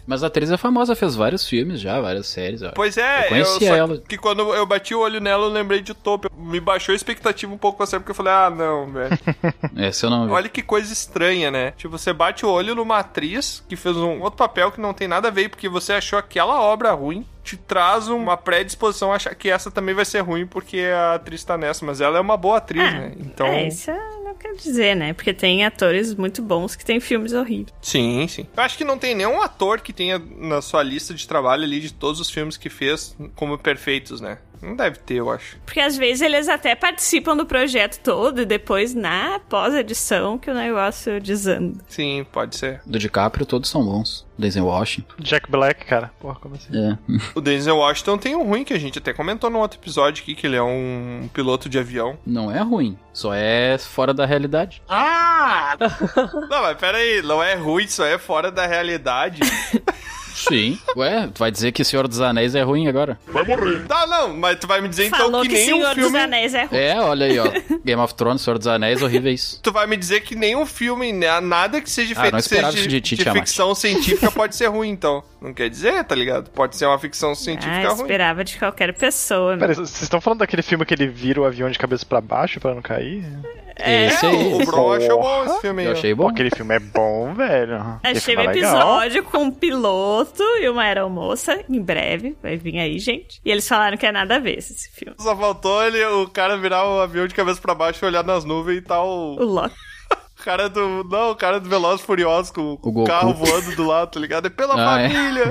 Speaker 5: Mas a atriz é famosa, fez vários filmes já, várias séries. ó.
Speaker 3: Pois é,
Speaker 5: Eu conhecia
Speaker 3: só
Speaker 5: ela.
Speaker 3: que quando eu bati o olho nela, eu lembrei de Utopia. Me baixou a expectativa um pouco com a série, porque eu falei, ah, não, velho.
Speaker 5: Essa É, eu não vi.
Speaker 3: Olha que coisa estranha, né? Tipo, você bate o olho numa atriz que fez um outro papel que não tem nada a ver, porque você achou aquela obra ruim, te traz uma predisposição a achar que essa também vai ser ruim, porque a atriz tá nessa, mas ela é uma boa atriz,
Speaker 4: Ah,
Speaker 3: né? Então.
Speaker 4: É, isso eu não quero dizer, né? Porque tem atores muito bons que têm filmes horríveis.
Speaker 3: Sim, sim. Eu acho que não tem nenhum ator que tenha na sua lista de trabalho ali de todos os filmes que fez como perfeitos, né? Não deve ter, eu acho.
Speaker 4: Porque às vezes eles até participam do projeto todo e depois na pós-edição que o negócio desanda.
Speaker 3: Sim, pode ser.
Speaker 5: Do DiCaprio, todos são bons. Denzel Washington.
Speaker 6: Jack Black, cara. Porra, como assim?
Speaker 5: É.
Speaker 3: O Denzel Washington tem um ruim que a gente até comentou no outro episódio aqui, que ele é um piloto de avião.
Speaker 5: Não é ruim. Só é fora da realidade.
Speaker 3: Ah! não, mas peraí, não é ruim, só é fora da realidade.
Speaker 5: Sim. Ué, tu vai dizer que Senhor dos Anéis é ruim agora?
Speaker 3: Vai morrer. Tá, não, mas tu vai me dizer
Speaker 4: Falou
Speaker 3: então que,
Speaker 4: que,
Speaker 3: nem
Speaker 4: Senhor
Speaker 3: um filme.
Speaker 4: dos Anéis é ruim.
Speaker 5: É, olha aí, ó. Game of Thrones, Senhor dos Anéis, horríveis.
Speaker 3: Tu vai me dizer que nenhum filme, né, nada que seja
Speaker 5: Ah,
Speaker 3: feito
Speaker 5: não
Speaker 3: que seja
Speaker 5: esperava
Speaker 3: de,
Speaker 5: isso de
Speaker 3: de
Speaker 5: Tite Amati.
Speaker 3: ficção científica pode ser ruim, então. Não quer dizer, tá ligado? Pode ser uma ficção
Speaker 4: Ah,
Speaker 3: científica
Speaker 4: eu
Speaker 3: ruim.
Speaker 4: esperava de qualquer pessoa. né?
Speaker 6: Pera, vocês estão falando daquele filme que ele vira o avião de cabeça pra baixo pra não cair?
Speaker 4: É,
Speaker 5: Esse
Speaker 3: O
Speaker 5: aí.
Speaker 3: Bro achou bom esse filme aí.
Speaker 5: Eu
Speaker 3: ó.
Speaker 5: achei
Speaker 6: Pô,
Speaker 5: bom.
Speaker 6: aquele filme é bom, velho. Aquele
Speaker 4: Achei um
Speaker 6: filme é legal.
Speaker 4: episódio com um piloto e uma aeromoça, em breve, vai vir aí, gente. E eles falaram que é nada a ver esse filme.
Speaker 3: Só faltou ele, o cara virar o avião de cabeça pra baixo, olhar nas nuvens e tal.
Speaker 4: O Loki.
Speaker 3: O cara do. Não, o cara do Veloz Furioso com
Speaker 5: O
Speaker 3: o,
Speaker 5: Goku.
Speaker 3: carro voando do lado, tá ligado? É pela
Speaker 5: Ah, é.
Speaker 3: família!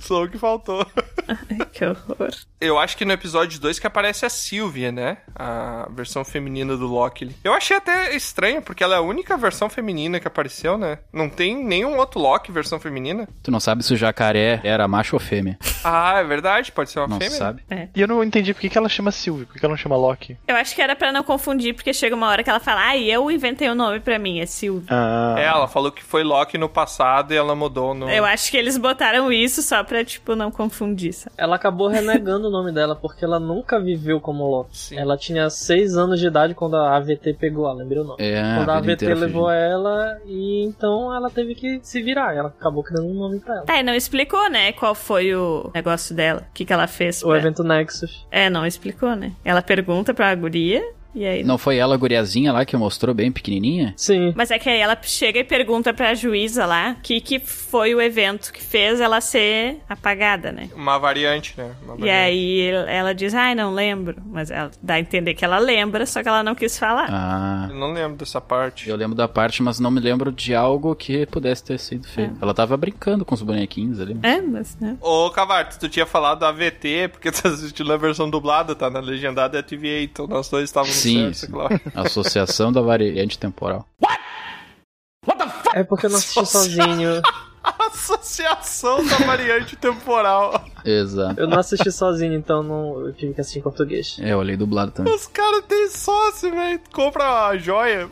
Speaker 3: Só o que faltou.
Speaker 4: Ai, que horror.
Speaker 3: Eu acho que no episódio 2 que aparece a Sylvia, né? A versão feminina do Loki. Eu achei até estranho, porque ela é a única versão feminina que apareceu, né? Não tem nenhum outro Loki versão feminina.
Speaker 5: Tu não sabe se o jacaré era macho ou fêmea.
Speaker 3: Ah, é verdade, pode ser uma
Speaker 5: Não
Speaker 3: fêmea. né?
Speaker 5: sabe.
Speaker 6: E eu não entendi por que que ela chama Sylvie, por que que ela não chama Loki.
Speaker 4: Eu acho que era pra não confundir, porque chega uma hora que ela fala, ah, eu inventei o nome pra mim, é Silvia.
Speaker 6: Ah,
Speaker 3: É, ela falou que foi Loki no passado e ela mudou no.
Speaker 4: Eu acho que eles botaram isso só pra, tipo, não confundir, sabe?
Speaker 7: Ela acabou renegando o nome dela, porque ela nunca viveu como Loki.
Speaker 3: Sim.
Speaker 7: Ela tinha 6 anos de idade quando a AVT pegou ela, lembrei o nome.
Speaker 5: É,
Speaker 7: quando a
Speaker 5: a vida
Speaker 7: AVT
Speaker 5: inteira
Speaker 7: levou
Speaker 5: fugindo.
Speaker 7: ela, e então ela teve que se virar. Ela acabou criando um nome pra ela.
Speaker 4: É, não explicou, né, qual foi o negócio dela, o que, que ela fez.
Speaker 7: O
Speaker 4: pra-
Speaker 7: evento Nexus.
Speaker 4: É, não explicou, né? Ela pergunta pra guria, e aí...
Speaker 5: Não foi ela, a guriazinha lá, que mostrou bem pequenininha?
Speaker 7: Sim.
Speaker 4: Mas é que aí ela chega e pergunta pra juíza lá o que, que foi o evento que fez ela ser apagada, né?
Speaker 3: Uma variante, né? Uma
Speaker 4: E
Speaker 3: variante.
Speaker 4: aí el- ela diz, ai, não lembro. Mas ela dá a entender que ela lembra, só que ela não quis falar.
Speaker 5: Ah.
Speaker 3: Eu não lembro dessa parte.
Speaker 5: Eu lembro da parte, mas não me lembro de algo que pudesse ter sido feito. Ela tava brincando com os bonequinhos ali.
Speaker 4: É, mas, né?
Speaker 3: Ô, Cavartes, tu tinha falado da VT, porque tu assistiu na versão dublada, tá? Na legendada é TVA, então nós dois estávamos
Speaker 5: Sim,
Speaker 3: certos,
Speaker 5: sim.
Speaker 3: claro.
Speaker 5: Associação da variante temporal.
Speaker 7: É porque eu não assisti sozinho.
Speaker 3: Associação da variante temporal.
Speaker 5: Exato.
Speaker 7: Eu não assisti sozinho, então não... eu tive que assistir em português.
Speaker 5: É, eu olhei dublado também.
Speaker 3: Os caras têm sócio, velho. Tu compra a joia.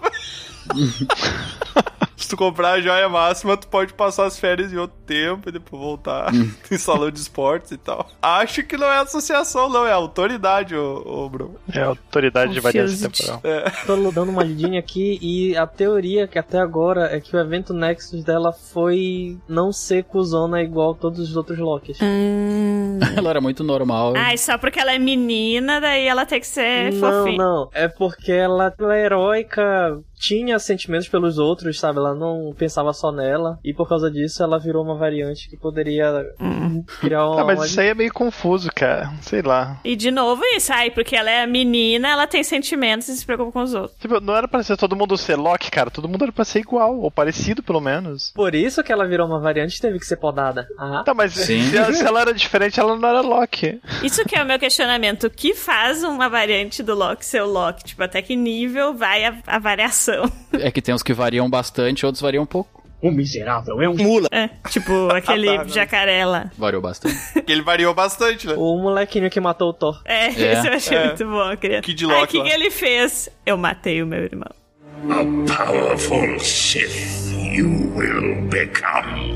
Speaker 3: Se tu comprar a joia máxima, tu pode passar as férias em outro tempo e depois voltar
Speaker 6: Hum.
Speaker 3: em salão de esportes e tal. Acho que não é associação, não, é autoridade, ô, ô Bruno.
Speaker 6: é a autoridade de variância
Speaker 4: Confused.
Speaker 6: temporal.
Speaker 7: Tô dando uma lidinha aqui e a teoria que até agora é que o evento Nexus dela foi não ser cuzona igual todos os outros Locks.
Speaker 5: Ela era muito normal.
Speaker 4: Ai, só porque ela é menina, daí ela tem que ser
Speaker 7: não,
Speaker 4: fofinha.
Speaker 7: não. É porque ela era heróica, tinha sentimentos pelos outros, sabe? Ela não pensava só nela. E por causa disso, ela virou uma variante que poderia
Speaker 4: Hum.
Speaker 7: criar uma.
Speaker 6: Ah, mas isso aí é meio confuso, cara. Sei lá.
Speaker 4: E de novo isso, ai, porque ela é menina, ela tem sentimentos e se preocupa com os outros.
Speaker 6: Tipo, não era pra ser todo mundo ser Loki, cara. Todo mundo era pra ser igual, ou parecido, pelo menos.
Speaker 7: Por isso que ela virou uma variante e teve que ser podada. Ah.
Speaker 6: Tá, mas
Speaker 5: Sim.
Speaker 6: se ela, se ela era diferente, ela não era Loki.
Speaker 4: Isso que é o meu questionamento. O que faz uma variante do Loki ser o Loki? Tipo, até que nível vai a, a variação?
Speaker 5: É que tem uns que variam bastante, outros variam pouco.
Speaker 9: O miserável é um mula.
Speaker 4: É, tipo, aquele jacaré lá.
Speaker 5: Variou bastante.
Speaker 3: Porque ele variou bastante, né?
Speaker 7: O molequinho que matou o Thor.
Speaker 4: É,
Speaker 5: É.
Speaker 4: isso eu achei
Speaker 3: É.
Speaker 4: muito bom, queria.
Speaker 3: Kid
Speaker 4: Aí,
Speaker 3: Loki
Speaker 4: o que,
Speaker 3: lá.
Speaker 4: que ele fez? Eu matei o meu irmão.
Speaker 9: Powerful Sith you will become.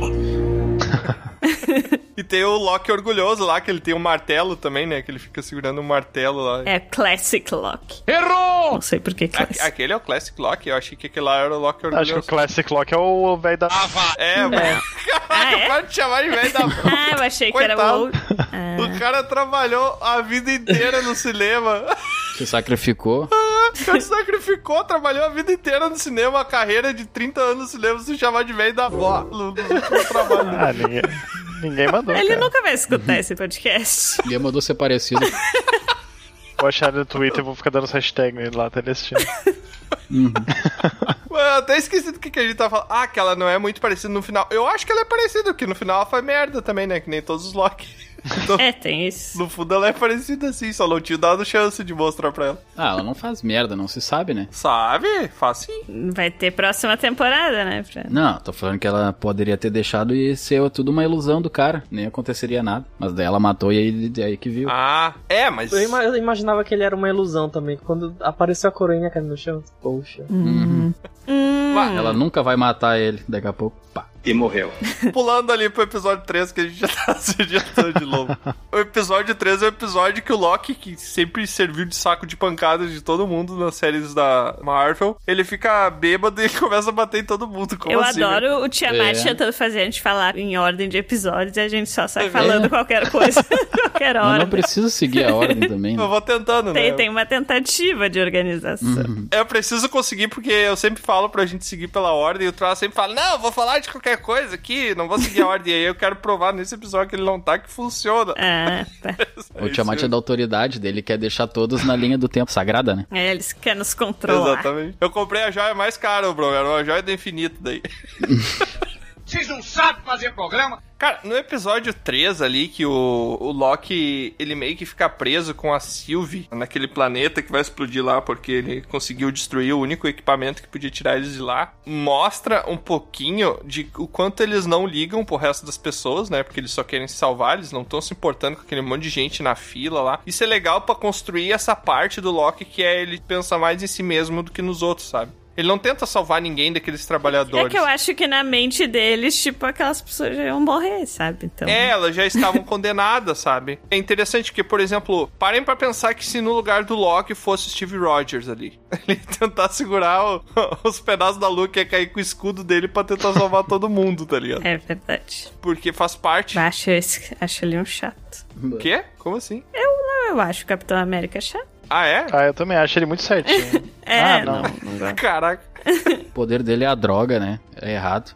Speaker 3: E tem o Loki orgulhoso lá, que ele tem um martelo também, né? Que ele fica segurando um martelo lá.
Speaker 4: É Classic Loki.
Speaker 9: Errou!
Speaker 4: Não sei por que Classic.
Speaker 3: A- Aquele é o Classic Loki, eu achei que aquele lá era o Loki
Speaker 6: Acho que o
Speaker 3: orgulhoso.
Speaker 6: Classic Loki é o velho da.
Speaker 3: É, mas.
Speaker 4: Ah, é?
Speaker 3: Pode chamar de velho da.
Speaker 4: Ah, eu achei que era
Speaker 3: Coitado.
Speaker 4: o. Ah.
Speaker 3: O cara trabalhou a vida inteira no cinema.
Speaker 5: Se sacrificou.
Speaker 3: O cara se sacrificou, trabalhou a vida inteira no cinema, a carreira de 30 anos no cinema, se chamar de velho da avó. No, no, último trabalho.
Speaker 6: Ah, ninguém, ninguém mandou.
Speaker 4: Ele
Speaker 6: cara.
Speaker 4: nunca vai escutar esse podcast.
Speaker 5: Ele mandou ser parecido.
Speaker 6: Vou achar ele no Twitter e vou ficar dando os hashtags nele lá até ele assistindo.
Speaker 3: Mano, eu até esqueci do que, que a gente tá falando. Ah, que ela não é muito parecida no final. Eu acho que ela é parecida, porque no final ela faz merda também, né? Que nem todos os Loki.
Speaker 4: é, tem isso.
Speaker 3: No fundo ela é parecida assim, só não tinha dado chance de mostrar pra ela.
Speaker 5: Ah, ela não faz merda, não se sabe, né?
Speaker 3: Sabe? Faz sim.
Speaker 4: Vai ter próxima temporada, né? Pra-
Speaker 5: Não, tô falando que ela poderia ter deixado e ser tudo uma ilusão do cara. Nem aconteceria nada. Mas daí ela matou e aí, aí que viu.
Speaker 3: Ah, é, mas.
Speaker 7: Eu, ima- eu imaginava que ele era uma ilusão também. Quando apareceu a coroinha caindo no chão, poxa.
Speaker 5: Hum. Uhum. Ela nunca vai matar ele. Daqui a pouco, pá.
Speaker 8: E morreu.
Speaker 3: Pulando ali pro episódio 3, que a gente já tá se adiantando de novo. O episódio 3 é o episódio que o Loki, que sempre serviu de saco de pancadas de todo mundo nas séries da Marvel, ele fica bêbado e começa a bater em todo mundo. Como
Speaker 4: eu
Speaker 3: assim,
Speaker 4: adoro
Speaker 3: né?
Speaker 4: o Tiamat
Speaker 3: É.
Speaker 4: tentando fazer a gente falar em ordem de episódios e a gente só sai
Speaker 3: É.
Speaker 4: falando qualquer coisa, qualquer
Speaker 5: Mas
Speaker 4: hora.
Speaker 5: não precisa seguir a ordem também. Né?
Speaker 3: Eu vou tentando,
Speaker 4: Tem,
Speaker 3: né? Uhum.
Speaker 4: tem uma tentativa de organização.
Speaker 3: Eu preciso conseguir, porque eu sempre falo pra gente seguir pela ordem, e o Troll sempre fala, não, eu vou falar de qualquer coisa aqui, não vou seguir a ordem. E aí eu quero provar nesse episódio que ele não tá, que funciona.
Speaker 4: Ah, tá.
Speaker 5: O Tiamat é da autoridade dele, quer deixar todos na linha do tempo sagrada, né?
Speaker 4: É, eles querem nos controlar.
Speaker 3: Exatamente. Eu comprei a joia mais cara, bro. Era uma joia do infinito daí.
Speaker 9: Vocês não sabem fazer programa?
Speaker 3: Cara, no episódio 3 ali, que o, o Loki, ele meio que fica preso com a Sylvie naquele planeta que vai explodir lá, porque ele conseguiu destruir o único equipamento que podia tirar eles de lá, mostra um pouquinho de o quanto eles não ligam pro resto das pessoas, né? Porque eles só querem se salvar, eles não estão se importando com aquele monte de gente na fila lá. Isso é legal pra construir essa parte do Loki que é ele pensa mais em si mesmo do que nos outros, sabe? Ele não tenta salvar ninguém daqueles trabalhadores.
Speaker 4: É que eu acho que na mente deles, tipo, aquelas pessoas já iam morrer, sabe? Então.
Speaker 3: É, elas já estavam condenadas, sabe? É interessante que, por exemplo, parem pra pensar que se no lugar do Loki fosse o Steve Rogers ali, ele ia tentar segurar o- os pedaços da lua que ia cair com o escudo dele pra tentar salvar todo mundo, tá ligado?
Speaker 4: É verdade.
Speaker 3: Porque faz parte.
Speaker 4: Acho, esse, acho ele um chato.
Speaker 3: O quê? Como assim?
Speaker 4: Eu não, eu acho o Capitão América chato.
Speaker 3: Ah, é?
Speaker 6: Ah, eu também acho ele muito certinho.
Speaker 4: É,
Speaker 6: ah, não.
Speaker 5: não dá.
Speaker 3: Caraca.
Speaker 5: O poder dele é a droga, né? É errado.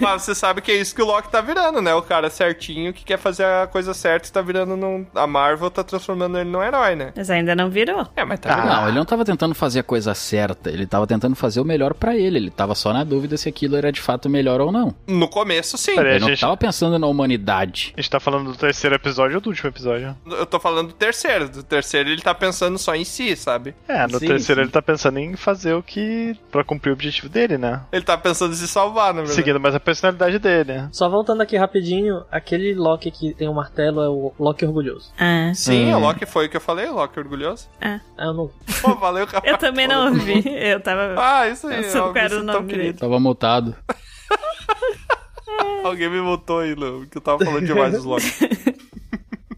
Speaker 3: Mas você sabe que é isso que o Loki tá virando, né? O cara certinho que quer fazer a coisa certa e tá virando num. A Marvel tá transformando ele num herói, né?
Speaker 4: Mas ainda não virou.
Speaker 3: É, mas tá
Speaker 5: Ah, Não, ele não tava tentando fazer a coisa certa. Ele tava tentando fazer o melhor pra ele. Ele tava só na dúvida se aquilo era de fato melhor ou não.
Speaker 3: No começo, sim.
Speaker 5: Ele não tava pensando na humanidade.
Speaker 6: A gente tá falando do terceiro episódio ou do último episódio?
Speaker 3: Eu tô falando do terceiro. Do terceiro ele tá pensando só em si, sabe?
Speaker 6: É, no terceiro ele tá pensando em fazer o que. pra cumprir o objetivo dele, né?
Speaker 3: Ele tá pensando em se salvar, na verdade.
Speaker 6: Seguindo mais a personalidade dele, né?
Speaker 7: Só voltando aqui rapidinho, aquele Loki que tem o martelo é o Loki orgulhoso.
Speaker 4: Ah.
Speaker 3: Sim,
Speaker 7: é
Speaker 3: o Loki foi o que eu falei, o Loki orgulhoso.
Speaker 4: Ah.
Speaker 7: eu não.
Speaker 3: Pô, valeu, rapaz.
Speaker 4: Eu também não ouvi. Eu tava.
Speaker 3: Ah, isso aí,
Speaker 4: pensando
Speaker 3: ó,
Speaker 4: qual era
Speaker 3: você
Speaker 4: o
Speaker 3: tá
Speaker 4: nome
Speaker 3: querido.
Speaker 4: dele.
Speaker 5: Tava mutado.
Speaker 3: Alguém me botou aí, Léo, que eu tava falando demais dos Loki.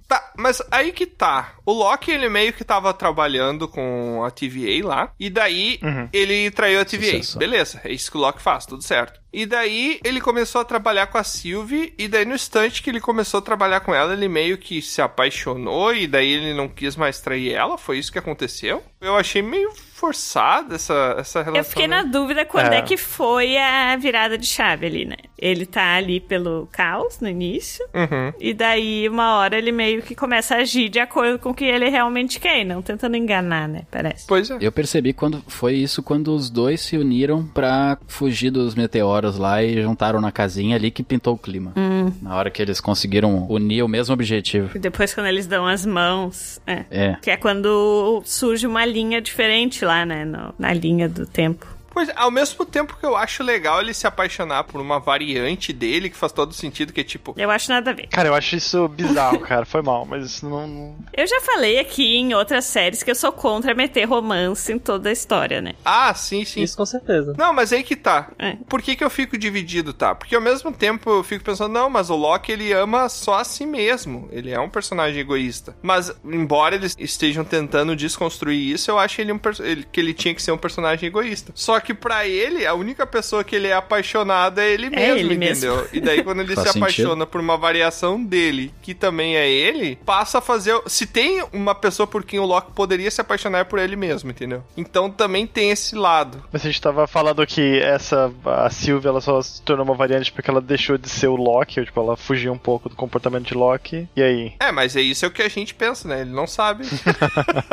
Speaker 3: tá, mas aí que tá. O Loki, ele meio que tava trabalhando com a TVA lá. E daí,
Speaker 9: Uhum.
Speaker 3: ele traiu a TVA.
Speaker 9: Sucesso.
Speaker 3: Beleza, é isso que o Loki faz, tudo certo. E daí, ele começou a trabalhar com a Sylvie. E daí, no instante que ele começou a trabalhar com ela, ele meio que se apaixonou. E daí, ele não quis mais trair ela. Foi isso que aconteceu. Eu achei meio forçada essa, essa relação.
Speaker 4: Eu fiquei
Speaker 3: né?
Speaker 4: na dúvida quando é.
Speaker 3: É.
Speaker 4: que foi a virada de chave ali, né? Ele tá ali pelo caos no início.
Speaker 3: Uhum.
Speaker 4: E daí, uma hora, ele meio que começa a agir de acordo com o que ele realmente quer, e não tentando enganar, né? Parece.
Speaker 3: Pois é.
Speaker 5: Eu percebi quando foi isso quando os dois se uniram pra fugir dos meteoros lá e juntaram na casinha ali que pintou o clima.
Speaker 4: Hum.
Speaker 5: Na hora que eles conseguiram unir o mesmo objetivo.
Speaker 4: E depois, quando eles dão as mãos. É.
Speaker 5: É.
Speaker 4: Que é quando surge uma linha diferente lá, né? no- na linha do tempo.
Speaker 3: Pois, é, ao mesmo tempo que eu acho legal ele se apaixonar por uma variante dele, que faz todo sentido, que é tipo.
Speaker 4: Eu acho nada a ver.
Speaker 6: Cara, eu acho isso bizarro, cara. Foi mal, mas isso não- não.
Speaker 4: Eu já falei aqui em outras séries que eu sou contra meter romance em toda a história, né? É.
Speaker 3: Ah, sim, sim.
Speaker 7: Isso com certeza.
Speaker 3: Não, mas aí que tá. Por que, que eu fico dividido, tá? Porque ao mesmo tempo eu fico pensando, não, mas o Loki ele ama só a si mesmo. Ele é um personagem egoísta. Mas, embora eles estejam tentando desconstruir isso, eu acho ele um perso- ele- que ele tinha que ser um personagem egoísta. Só que pra ele, a única pessoa que ele é apaixonado é ele mesmo,
Speaker 4: ele mesmo.
Speaker 3: entendeu? E daí quando ele se
Speaker 5: Faz sentido.
Speaker 3: apaixona por uma variação dele, que também é ele, passa a fazer. Se tem uma pessoa por quem o Loki poderia se apaixonar é por ele mesmo, entendeu? Então também tem esse lado.
Speaker 6: Mas a gente tava falando que essa. A Sylvie ela só se tornou uma variante porque ela deixou de ser o Loki, ou, tipo, ela fugiu um pouco do comportamento de Loki. E aí?
Speaker 3: É, mas é isso é o que a gente pensa, né? Ele não sabe.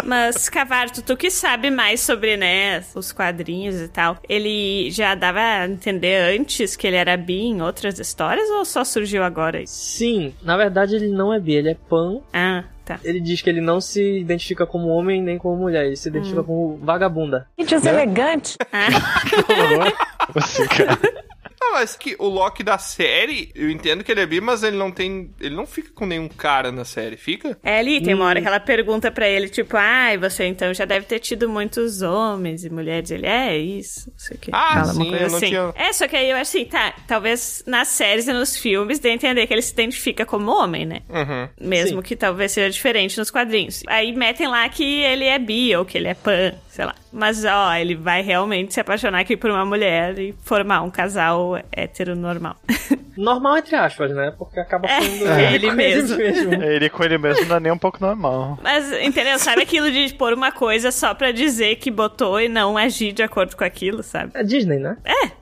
Speaker 4: Mas, Cavarto, tu que sabe mais sobre, né, os quadrinhos e tal, ele já dava a entender antes que ele era bi em outras histórias ou só surgiu agora?
Speaker 7: Sim, na verdade ele não é bi, ele é pan.
Speaker 4: Ah, tá.
Speaker 7: Ele diz que ele não se identifica como homem nem como mulher, ele se identifica
Speaker 4: Hum.
Speaker 7: como vagabunda.
Speaker 4: Gente, os
Speaker 3: Né?
Speaker 7: elegante.
Speaker 3: Ah, mas que o Loki da série, eu entendo que ele é bi, mas ele não tem. Ele não fica com nenhum cara na série, fica?
Speaker 4: É ali, tem uma hora
Speaker 3: Hum.
Speaker 4: que ela pergunta pra ele, tipo, ai, você então já deve ter tido muitos homens e mulheres. Ele, é isso, não sei o quê.
Speaker 3: Ah,
Speaker 4: Fala uma
Speaker 3: sim,
Speaker 4: coisa
Speaker 3: eu não
Speaker 4: assim.
Speaker 3: tinha-
Speaker 4: É, só que aí eu acho assim, tá, talvez nas séries e nos filmes dê a entender que ele se identifica como homem, né?
Speaker 3: Uhum.
Speaker 4: Mesmo que talvez seja diferente nos quadrinhos. Aí metem lá que ele é bi ou que ele é pan, sei lá. Mas, ó, ele vai realmente se apaixonar aqui por uma mulher e formar um casal hétero normal.
Speaker 7: Normal entre aspas, né? Porque acaba sendo
Speaker 4: É, ele mesmo.
Speaker 6: Ele com ele mesmo não é nem um pouco normal.
Speaker 4: Mas, entendeu? Sabe aquilo de pôr uma coisa só pra dizer que botou e não agir de acordo com aquilo, sabe?
Speaker 7: É Disney, né?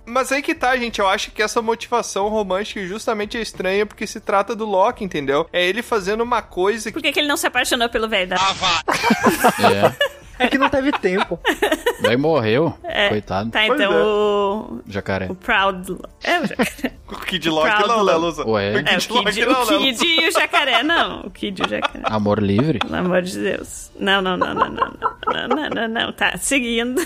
Speaker 3: Mas aí que tá, gente. Eu acho que essa motivação romântica justamente é estranha porque se trata do Loki, entendeu? É ele fazendo uma coisa
Speaker 4: Por que, que ele não se apaixonou pelo velho da...
Speaker 5: Ah,
Speaker 7: É que não teve tempo.
Speaker 5: Daí morreu.
Speaker 4: É.
Speaker 5: Coitado.
Speaker 4: Tá, então o...
Speaker 5: Jacaré.
Speaker 4: o Proud... É, o jacaré.
Speaker 3: O Kid
Speaker 5: Loki
Speaker 4: Proud
Speaker 5: não, né,
Speaker 4: Loki.
Speaker 5: Lusa? Ué.
Speaker 4: É, o
Speaker 5: O Kid Loki
Speaker 4: Kid,
Speaker 5: não, né,
Speaker 4: o Kid
Speaker 5: Lusa?
Speaker 4: e o jacaré, não. O Kid e o jacaré.
Speaker 5: Amor livre?
Speaker 4: Pelo amor de Deus. Não, não, não, não, não, não, não, não, não, não. Tá, seguindo.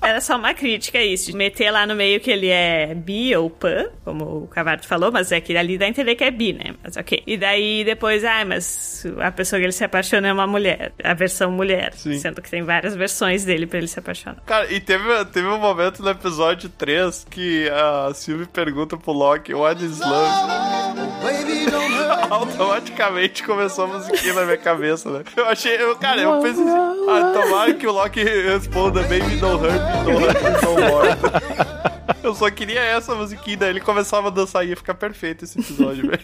Speaker 4: Era só uma crítica isso, de meter lá no meio que ele é bi ou pan, como o Cavarto falou, mas é que ali dá a entender que é bi, né? Mas ok. E daí depois, ah, mas a pessoa que ele se apaixona é uma mulher, a versão mulher, sendo que tem várias versões dele pra ele se apaixonar.
Speaker 3: Cara, e teve, teve um momento no episódio 3 que a Sylvie pergunta pro Loki, what is love? Automaticamente começou a musiquinha na minha cabeça, né? Eu achei, eu, cara, eu pensei assim, ah, tomara que o Loki responda baby don't hurt me, don't hurt me, don't worry. Eu só queria essa musiquinha, daí ele começava a dançar e ia ficar perfeito esse episódio, velho.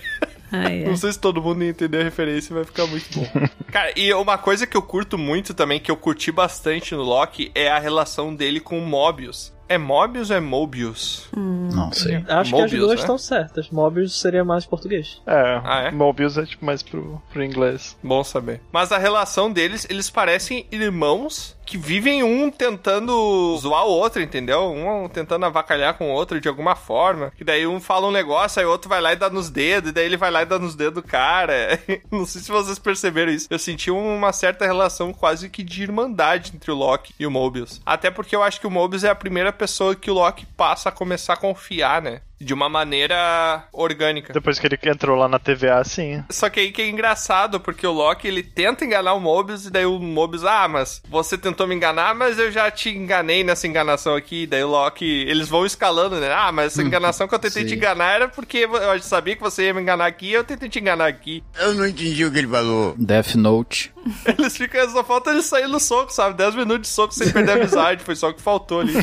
Speaker 4: Ai,
Speaker 3: Não sei se todo mundo entendeu a referência, vai ficar muito bom. Cara, e uma coisa que eu curto muito também, que eu curti bastante no Loki, é a relação dele com o Mobius. É Mobius ou é Mobius?
Speaker 5: Não sei.
Speaker 7: Acho que as
Speaker 3: Mobius,
Speaker 7: duas
Speaker 3: né?
Speaker 7: estão certas. Mobius seria mais português.
Speaker 6: É,
Speaker 3: Ah, é?
Speaker 6: Mobius é tipo mais pro, pro inglês.
Speaker 3: Bom saber. Mas a relação deles, eles parecem irmãos que vivem um tentando zoar o outro, entendeu? Um tentando avacalhar com o outro de alguma forma. Que daí um fala um negócio, aí o outro vai lá e dá nos dedos, e daí ele vai lá e dá nos dedos do cara. Não sei se vocês perceberam isso. Eu senti uma certa relação quase que de irmandade entre o Loki e o Mobius. Até porque eu acho que o Mobius é a primeira pessoa que o Loki passa a começar a confiar, né? De uma maneira orgânica.
Speaker 6: Depois que ele entrou lá na TVA, sim.
Speaker 3: Só que aí que é engraçado, porque o Loki ele tenta enganar o Mobius e daí o Mobius, ah, mas você tentou me enganar, mas eu já te enganei nessa enganação aqui. E daí o Loki, eles vão escalando, né? Ah, mas essa enganação que eu tentei te
Speaker 12: Sim.
Speaker 3: enganar era porque eu sabia que você ia me enganar aqui e eu tentei te enganar aqui.
Speaker 12: Eu não entendi o que ele falou.
Speaker 5: Death Note.
Speaker 3: Eles ficam, só falta eles saírem no soco, sabe? 10 minutos de soco sem perder a amizade, foi só o que faltou ali.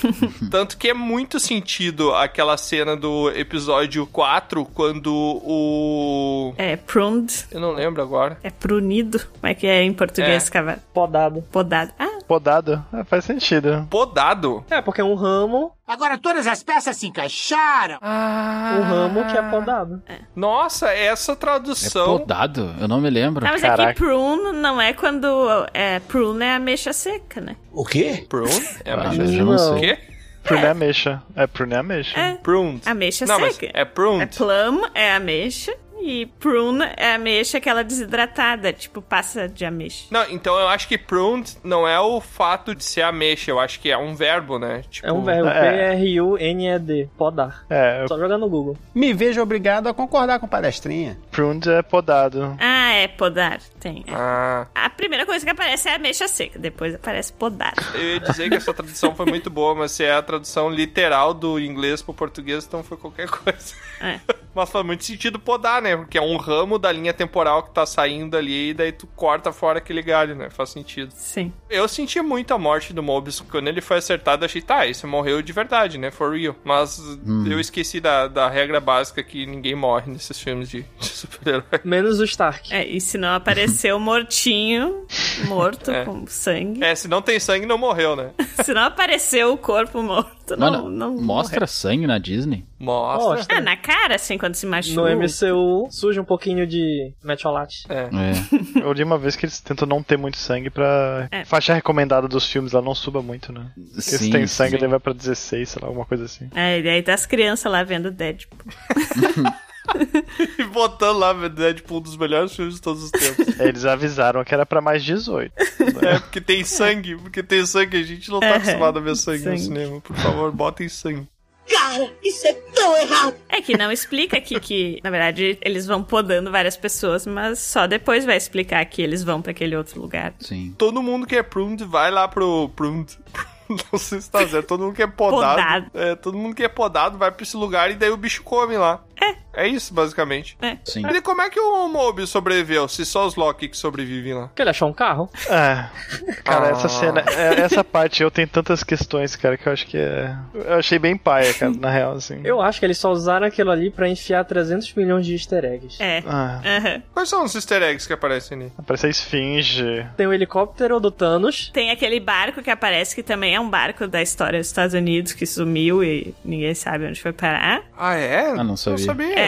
Speaker 3: Tanto que é muito sentido aquela cena do episódio 4, quando o.
Speaker 4: É pruned.
Speaker 3: Eu não lembro agora.
Speaker 4: É prunido. Como é que é em português,
Speaker 3: É.
Speaker 4: Cavarto?
Speaker 7: Podado.
Speaker 4: Podado. Ah,
Speaker 6: Podado? É, faz sentido.
Speaker 3: Podado?
Speaker 7: É, porque é um ramo,
Speaker 13: Agora todas as peças se encaixaram.
Speaker 7: um ramo que é podado.
Speaker 3: Nossa, essa
Speaker 5: É
Speaker 3: tradução.
Speaker 5: podado? Eu não me lembro.
Speaker 4: Ah, mas é que prune não é quando. É, prune é ameixa seca, né?
Speaker 5: O quê?
Speaker 3: Prune? É
Speaker 5: ah,
Speaker 3: ameixa.
Speaker 5: já não sei.
Speaker 3: quê?
Speaker 6: Prune é mexa. É prune é mexa.
Speaker 4: É.
Speaker 3: Prune.
Speaker 4: Ameixa
Speaker 3: Não, mas
Speaker 4: seca.
Speaker 3: é prune.
Speaker 4: É plum, é ameixa. E prune é ameixa aquela desidratada, tipo passa de ameixa.
Speaker 3: Não, então eu acho que pruned não é o fato de ser ameixa, eu acho que é um verbo, né? Tipo,
Speaker 7: É um verbo.
Speaker 3: É.
Speaker 7: P-R-U-N-E-D. Podar.
Speaker 6: É.
Speaker 7: Só jogar no Google.
Speaker 13: Me vejo obrigado a concordar com palestrinha.
Speaker 6: Pruned é podado.
Speaker 4: Ah, é podar. Tem. é.
Speaker 3: Ah.
Speaker 4: A primeira coisa que aparece é ameixa seca, depois aparece podar.
Speaker 3: Eu ia dizer que essa tradução foi muito boa, mas se é a tradução literal do inglês pro português, então foi qualquer coisa.
Speaker 4: É.
Speaker 3: Mas faz muito sentido podar, né? Porque é um ramo da linha temporal que tá saindo ali e daí tu corta fora aquele galho, né? Faz sentido.
Speaker 4: Sim.
Speaker 3: Eu senti muito a morte do Mobius. Quando ele foi acertado, eu achei, tá, esse morreu de verdade, né? For real. Mas eu esqueci da, da regra básica que ninguém morre nesses filmes de, de super-herói.
Speaker 7: Menos o Stark.
Speaker 4: É, e se não apareceu mortinho, morto, com sangue.
Speaker 3: É, se não tem sangue, não morreu, né?
Speaker 4: Se não apareceu o corpo morto. Tu
Speaker 5: Mano,
Speaker 4: não, não
Speaker 5: mostra
Speaker 4: morre.
Speaker 5: sangue na Disney?
Speaker 3: Mostra.
Speaker 4: Ah, na cara, assim, quando se machuca.
Speaker 7: No MCU surge um pouquinho de metiolate.
Speaker 6: É. Eu li uma vez que eles tentam não ter muito sangue pra.
Speaker 4: É.
Speaker 6: Faixa recomendada dos filmes lá não suba muito, né? Porque
Speaker 5: Sim,
Speaker 6: se tem sangue,
Speaker 5: sim.
Speaker 6: ele vai pra 16, sei lá, alguma coisa assim.
Speaker 4: É, e aí tá as crianças lá vendo Deadpool.
Speaker 3: E botando lá, Deadpool, um dos melhores filmes de todos os tempos. né?
Speaker 6: Eles avisaram que era pra mais 18.
Speaker 3: É, porque tem sangue, porque tem sangue, a gente não tá
Speaker 6: É,
Speaker 3: acostumado a ver sangue, no
Speaker 6: sangue.
Speaker 3: cinema. Por favor, botem sangue.
Speaker 2: Cara, isso é tão errado!
Speaker 4: É que não explica aqui que, na verdade, eles vão podando várias pessoas, mas só depois vai explicar que eles vão pra aquele outro lugar.
Speaker 5: Sim.
Speaker 3: Todo mundo que é pruned vai lá pro pruned. Não sei se tá certo. Todo mundo que é podado.
Speaker 4: Podado.
Speaker 3: É, todo mundo que é podado vai pra esse lugar e daí o bicho come lá. É. É isso, basicamente.
Speaker 4: É.
Speaker 5: Sim.
Speaker 3: E daí como é que o Moby sobreviveu, se só os Loki que sobrevivem lá?
Speaker 7: Porque ele achou um carro.
Speaker 6: Ah, cara,
Speaker 3: Ah.
Speaker 6: essa cena, é- essa parte eu tenho tantas questões, cara, que eu acho que é. Eu achei bem paia, cara, na real, assim.
Speaker 7: Eu acho que eles só usaram aquilo ali pra enfiar 300 milhões de easter eggs.
Speaker 4: É.
Speaker 6: Ah.
Speaker 3: Quais são os easter eggs que aparecem ali?
Speaker 6: Parece a esfinge.
Speaker 7: Tem o helicóptero do Thanos.
Speaker 4: Tem aquele barco que aparece que também é um barco da história dos Estados Unidos que sumiu e ninguém sabe onde foi parar.
Speaker 3: Ah, é?
Speaker 5: Ah, não sabia.
Speaker 4: É.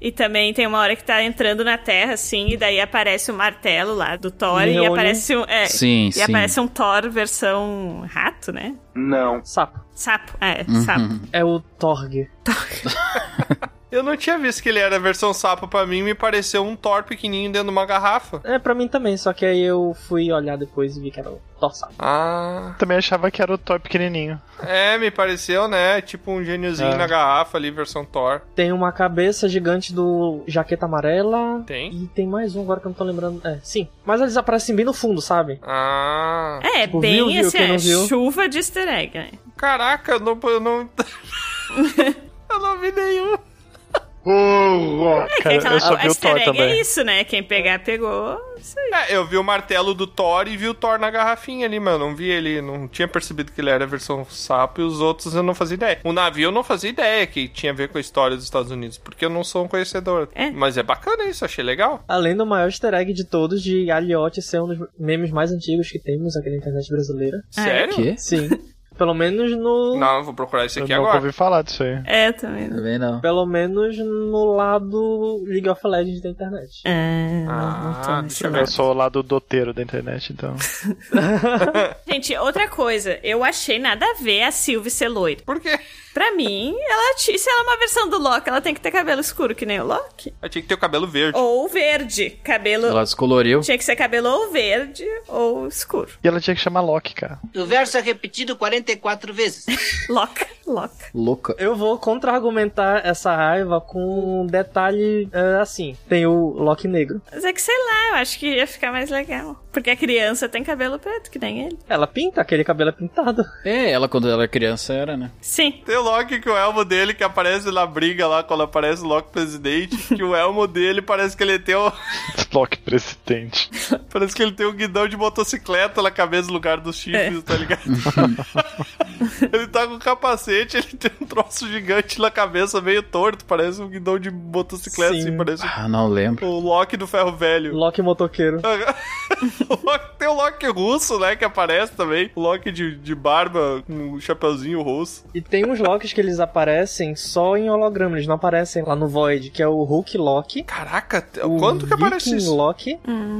Speaker 4: E também tem uma hora que tá entrando na Terra, assim, e daí aparece o martelo lá do Thor e
Speaker 7: Mjolnir.
Speaker 4: aparece um. É,
Speaker 5: Sim,
Speaker 4: e
Speaker 5: sim.
Speaker 4: aparece um Thor versão rato, né?
Speaker 8: Não.
Speaker 7: Sapo.
Speaker 4: Sapo. É,
Speaker 5: Uhum.
Speaker 4: sapo.
Speaker 7: É o Torg.
Speaker 3: Eu não tinha visto que ele era a versão sapo pra mim, me pareceu um Thor pequenininho dentro de uma garrafa.
Speaker 7: É, pra mim também, só que aí eu fui olhar depois e vi que era o Thor Sapo.
Speaker 3: Ah.
Speaker 6: Também achava que era o Thor pequenininho.
Speaker 3: É, me pareceu, né? Tipo um gêniozinho
Speaker 6: É.
Speaker 3: na garrafa ali, versão Thor.
Speaker 7: Tem uma cabeça gigante do Jaqueta Amarela.
Speaker 3: Tem?
Speaker 7: E tem mais um agora que eu não tô lembrando. É, sim. Mas eles aparecem bem no fundo, sabe?
Speaker 3: Ah.
Speaker 4: É,
Speaker 7: Tipo,
Speaker 4: bem
Speaker 7: viu, viu,
Speaker 4: assim,
Speaker 7: quem
Speaker 4: é,
Speaker 7: não viu?
Speaker 4: chuva de easter egg, né?
Speaker 3: Caraca, eu não. Eu não, eu não vi nenhum.
Speaker 4: É, que é
Speaker 6: Cara,
Speaker 4: aquela
Speaker 6: eu só vi o
Speaker 4: easter
Speaker 6: Thor
Speaker 4: egg é
Speaker 6: também.
Speaker 4: isso, né? Quem pegar, pegou. Isso aí.
Speaker 3: É, eu vi o martelo do Thor e vi o Thor na garrafinha ali, mano. Não vi ele, não tinha percebido que ele era a versão sapo e os outros eu não fazia ideia. O navio eu não fazia ideia que tinha a ver com a história dos Estados Unidos, porque eu não sou um conhecedor.
Speaker 4: É.
Speaker 3: Mas é bacana isso, achei legal.
Speaker 7: Além do maior easter egg de todos, de Aliote ser um dos memes mais antigos que temos aqui na internet brasileira.
Speaker 3: Sério?
Speaker 5: Que?
Speaker 7: Sim. Pelo menos no.
Speaker 3: Não, eu vou procurar isso
Speaker 6: Eu
Speaker 3: aqui
Speaker 6: nunca
Speaker 3: agora.
Speaker 6: ouvi falar disso aí.
Speaker 4: É, também. não.
Speaker 5: Também não.
Speaker 7: Pelo menos no lado League of Legends da internet.
Speaker 4: É, não, não
Speaker 3: Ah,
Speaker 4: tô nesse
Speaker 3: deixa eu
Speaker 4: lado.
Speaker 6: Eu sou lá do doteiro da internet, então.
Speaker 4: Gente, outra coisa, eu achei nada a ver a Sylvie ser loira.
Speaker 3: Por quê?
Speaker 4: Pra mim, ela, ti- se ela é uma versão do Loki, ela tem que ter cabelo escuro, que nem o Loki.
Speaker 3: Eu tinha que ter o cabelo verde.
Speaker 4: Ou verde. Cabelo.
Speaker 5: Ela descoloriu.
Speaker 4: Tinha que ser cabelo ou verde ou escuro.
Speaker 6: E ela tinha que chamar Loki, cara.
Speaker 14: O verso é repetido 44 vezes.
Speaker 4: Loca, loca.
Speaker 5: Louca.
Speaker 7: Eu vou contra-argumentar essa raiva com um detalhe é, assim: tem o Loki negro.
Speaker 4: Mas é que sei lá, eu acho que ia ficar mais legal. Porque a criança tem cabelo preto, que nem ele.
Speaker 7: Ela pinta, aquele cabelo é pintado.
Speaker 5: É, ela quando ela era criança era, né?
Speaker 4: Sim.
Speaker 3: Tem o Loki com o elmo dele que aparece na briga lá, quando aparece o Loki presidente, que o elmo dele parece que ele tem o,
Speaker 6: Loki presidente.
Speaker 3: parece que ele tem um guidão de motocicleta na cabeça no lugar dos
Speaker 7: É.
Speaker 3: chifres, tá ligado? ele tá com um capacete, ele tem um troço gigante na cabeça, meio torto, parece um guidão de motocicleta,
Speaker 7: Sim.
Speaker 3: assim, parece
Speaker 5: Ah, não lembro.
Speaker 3: o Loki do ferro velho.
Speaker 7: Loki motoqueiro.
Speaker 3: O Loki- tem o Loki russo, né, que aparece também. O Loki de, de barba, com um chapeuzinho russo.
Speaker 7: E tem uns Locks que eles aparecem só em holograma, eles não aparecem lá no Void, que é o Hulk Loki.
Speaker 3: Caraca, te-
Speaker 7: O
Speaker 3: quanto que aparece
Speaker 7: Viking
Speaker 3: isso?
Speaker 7: Loki.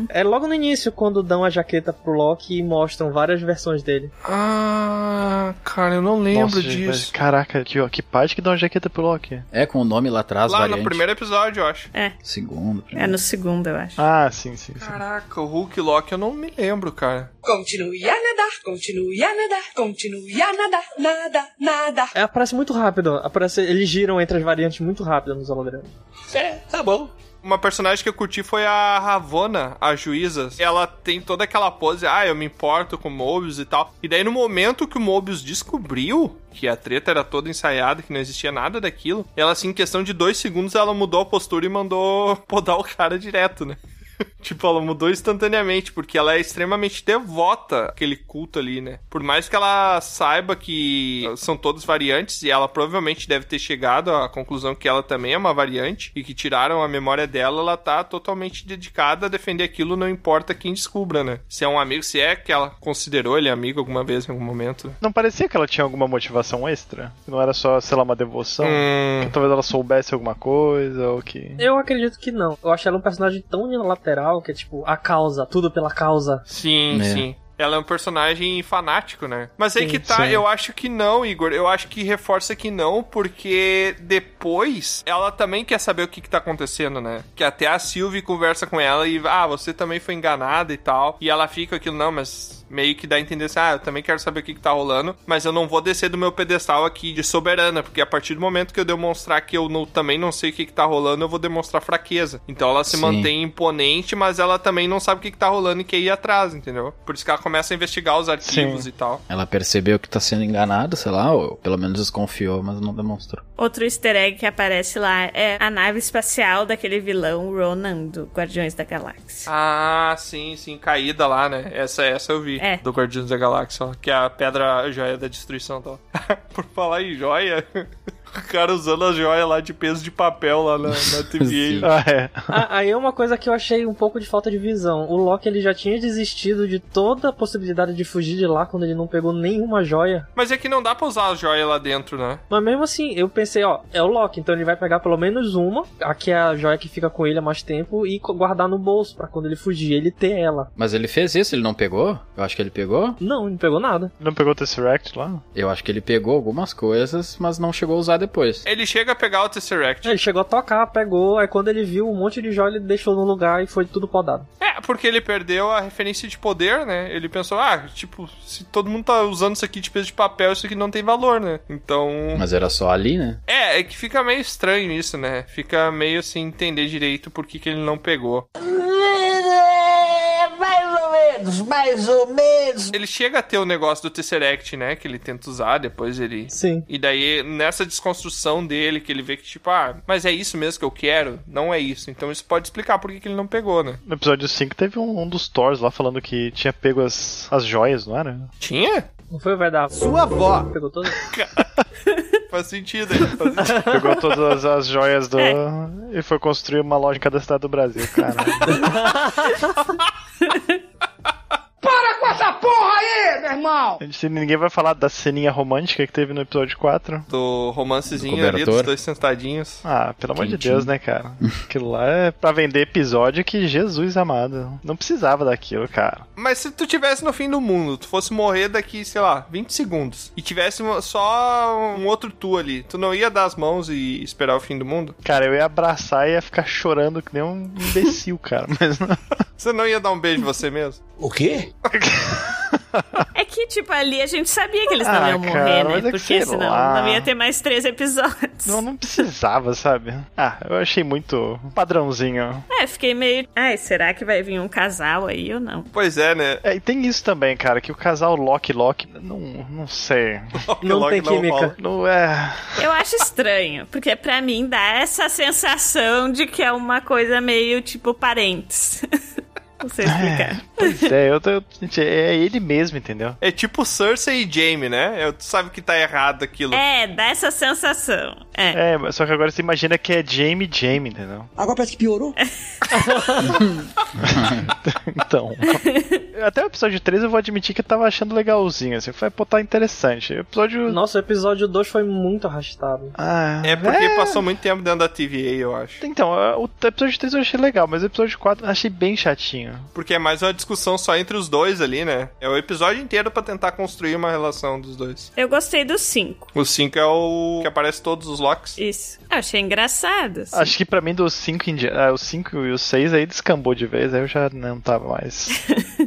Speaker 7: É logo no início, quando dão a jaqueta pro Loki e mostram várias versões dele.
Speaker 3: Ah, cara, eu não lembro
Speaker 6: Nossa, gente, mas
Speaker 3: disso.
Speaker 6: Caraca, que, ó, que parte que dá uma jaqueta pro Loki.
Speaker 5: É, com o nome lá atrás,
Speaker 3: Lá
Speaker 5: variante.
Speaker 3: no primeiro episódio, eu acho.
Speaker 5: Segundo.
Speaker 4: É
Speaker 5: primeiro.
Speaker 4: no segundo, eu acho.
Speaker 6: Ah, sim, sim, sim.
Speaker 3: Caraca, o Hulk e Loki, eu não me lembro, cara.
Speaker 14: Continue a nadar, continue a nadar, continue a nadar, nada, nada.
Speaker 7: É, aparece muito rápido, aparece, eles giram entre as variantes muito rápido nos hologramas.
Speaker 14: É, tá bom.
Speaker 3: Uma personagem que eu curti foi a Ravona, a juíza. Ela tem toda aquela pose, ah, eu me importo com o Mobius e tal. E daí no momento que o Mobius descobriu que a treta era toda ensaiada, que não existia nada daquilo, ela assim, em questão de dois segundos, ela mudou a postura e mandou podar o cara direto, né? Tipo, ela mudou instantaneamente, porque ela é extremamente devota àquele culto ali, né? Por mais que ela saiba que são todos variantes, e ela provavelmente deve ter chegado à conclusão que ela também é uma variante, e que tiraram a memória dela, ela tá totalmente dedicada a defender aquilo, não importa quem descubra, né? Se é um amigo, se é que ela considerou ele amigo alguma vez, em algum momento.
Speaker 6: Não parecia que ela tinha alguma motivação extra? Que não era só, sei lá, uma
Speaker 7: Então,
Speaker 6: devoção?
Speaker 3: Hum.
Speaker 6: Que talvez ela soubesse alguma coisa, ou que...
Speaker 7: Eu acredito que não. Eu acho ela um personagem tão unilateral que é tipo a causa, tudo pela causa.
Speaker 3: Sim,
Speaker 7: É.
Speaker 3: sim. Ela é um personagem fanático, né? Mas aí
Speaker 7: Sim,
Speaker 3: que tá,
Speaker 7: sim.
Speaker 3: eu acho que não, Igor. Eu acho que reforça que não, porque depois ela também quer saber o que, que tá acontecendo, né? Que até a Sylvie conversa com ela e, ah, você também foi enganada e tal. E ela fica aquilo, não, mas meio que dá a entender assim, ah, eu também quero saber o que, que tá rolando, mas eu não vou descer do meu pedestal aqui de soberana, porque a partir do momento que eu demonstrar que eu não- também não sei o que, que tá rolando, eu vou demonstrar fraqueza. Então ela se
Speaker 5: Sim.
Speaker 3: mantém imponente, mas ela também não sabe o que, que tá rolando e quer ir atrás, entendeu? Por isso que ela começa a investigar os arquivos e tal.
Speaker 5: Ela percebeu que tá sendo enganada, sei lá, ou pelo menos desconfiou, mas não demonstrou.
Speaker 4: Outro easter egg que aparece lá é a nave espacial daquele vilão Ronan do Guardiões da Galáxia.
Speaker 3: Ah, sim, sim, caída lá, né? Essa, essa eu vi.
Speaker 4: É.
Speaker 3: Do Guardiões da Galáxia, ó, que é a pedra a joia da destruição e tal. Por falar em joia, o cara usando a joia lá de peso de papel lá na, na TV.
Speaker 7: Ah, aí é uma coisa que eu achei um pouco de falta de visão. O Loki ele já tinha desistido de toda a possibilidade de fugir de lá quando ele não pegou nenhuma joia.
Speaker 3: Mas é que não dá pra usar a joia lá dentro, né?
Speaker 7: Mas mesmo assim, eu pensei, ó, é o Loki, então ele vai pegar pelo menos uma, aqui é a joia que fica com ele há mais tempo, e co- guardar no bolso pra quando ele fugir, ele ter ela.
Speaker 5: Mas ele fez isso, ele não pegou? Eu acho que ele pegou.
Speaker 7: Não, não pegou nada.
Speaker 6: Não pegou o Tesseract lá?
Speaker 5: Eu acho que ele pegou algumas coisas, mas não chegou a usar depois.
Speaker 3: Ele chega a pegar o Tesseract.
Speaker 7: Ele chegou a tocar, pegou, aí quando ele viu um monte de joia, ele deixou no lugar e foi tudo podado.
Speaker 3: É, porque ele perdeu a referência de poder, né? Ele pensou, ah, tipo, se todo mundo tá usando isso aqui de peso de papel, isso aqui não tem valor, né? Então.
Speaker 5: Mas era só ali, né?
Speaker 3: É, é que fica meio estranho isso, né? Fica meio sem entender direito por que, que ele não pegou.
Speaker 9: É, mais ou menos, mais ou menos.
Speaker 3: Ele chega a ter o negócio do Tesseract, né? Que ele tenta usar, depois ele.
Speaker 7: Sim.
Speaker 3: E daí, nessa desconstrução dele, que ele vê que, tipo, ah, mas é isso mesmo que eu quero? Não é isso. Então isso pode explicar por que, que ele não pegou, né?
Speaker 6: No episódio 5 teve um, um dos Thors lá falando que tinha pego as, as joias, não era?
Speaker 3: Tinha?
Speaker 7: Não foi o vai dar.
Speaker 6: Sua avó.
Speaker 7: Pegou toda.
Speaker 3: Faz sentido, hein? Faz sentido.
Speaker 6: Pegou todas as, as joias do. e foi construir uma loja em cada cidade do Brasil, cara.
Speaker 9: Para com essa porra aí, meu irmão!
Speaker 6: A gente- Ninguém vai falar da ceninha romântica que teve no episódio 4.
Speaker 3: Do romancezinho
Speaker 6: Do
Speaker 3: ali,
Speaker 6: cobertor.
Speaker 3: dos dois sentadinhos.
Speaker 6: Ah, pelo amor de
Speaker 3: Quentinho.
Speaker 6: Deus, né, cara? Aquilo lá é pra vender episódio que Jesus amado. Não precisava daquilo, cara.
Speaker 3: Mas se tu tivesse no fim do mundo, tu fosse morrer daqui, sei lá, 20 segundos, e tivesse uma- só um outro tu ali, tu não ia dar as mãos e esperar o fim do mundo?
Speaker 6: Cara, eu ia abraçar e ia ficar chorando que nem um imbecil, cara. Mas não.
Speaker 3: Você não ia dar um beijo em você mesmo?
Speaker 6: O quê?
Speaker 4: É que, tipo, ali a gente sabia que eles não
Speaker 6: Ah,
Speaker 4: iam morrer,
Speaker 6: cara,
Speaker 4: né?
Speaker 6: mas é que sei
Speaker 4: Porque senão
Speaker 6: lá.
Speaker 4: não ia ter mais três episódios.
Speaker 6: Não, não precisava, sabe? Ah, eu achei muito padrãozinho.
Speaker 4: É, fiquei meio. Ai, será que vai vir um casal aí ou não?
Speaker 3: Pois é, né?
Speaker 6: É, e tem isso também, cara, que o casal Loki-Loki, não, não sei.
Speaker 3: Não Loki tem não química. rola.
Speaker 6: Não é...
Speaker 4: Eu acho estranho, porque pra mim dá essa sensação de que é uma coisa meio tipo parentes. Não sei explicar.
Speaker 6: Pois é, eu tô, gente, é ele mesmo, entendeu?
Speaker 3: É tipo Cersei e Jaime, né? É, Tu sabe que tá errado aquilo.
Speaker 4: É, dá essa sensação. É.
Speaker 6: É, mas só que agora você imagina que é Jamie Jamie, entendeu?
Speaker 9: Agora parece que piorou.
Speaker 6: então. Até o episódio 3 eu vou admitir que eu tava achando legalzinho, assim. Foi, pô, tá interessante. Episódio.
Speaker 7: Nossa, o episódio 2 foi muito arrastado.
Speaker 6: Ah,
Speaker 3: É porque
Speaker 6: é.
Speaker 3: passou muito tempo dentro da TVA, eu acho.
Speaker 6: Então, é, o episódio 3 eu achei legal, mas o episódio 4 eu achei bem chatinho.
Speaker 3: Porque é mais uma discussão só entre os dois ali, né? É o episódio inteiro pra tentar construir uma relação dos dois.
Speaker 4: Eu gostei dos cinco.
Speaker 3: O 5 é o que aparece todos os Locks.
Speaker 4: Isso. Eu achei engraçado. assim.
Speaker 6: Acho que pra mim dos 5 em di- ah, os 5 e os 6 aí descambou de vez, aí eu já não tava mais.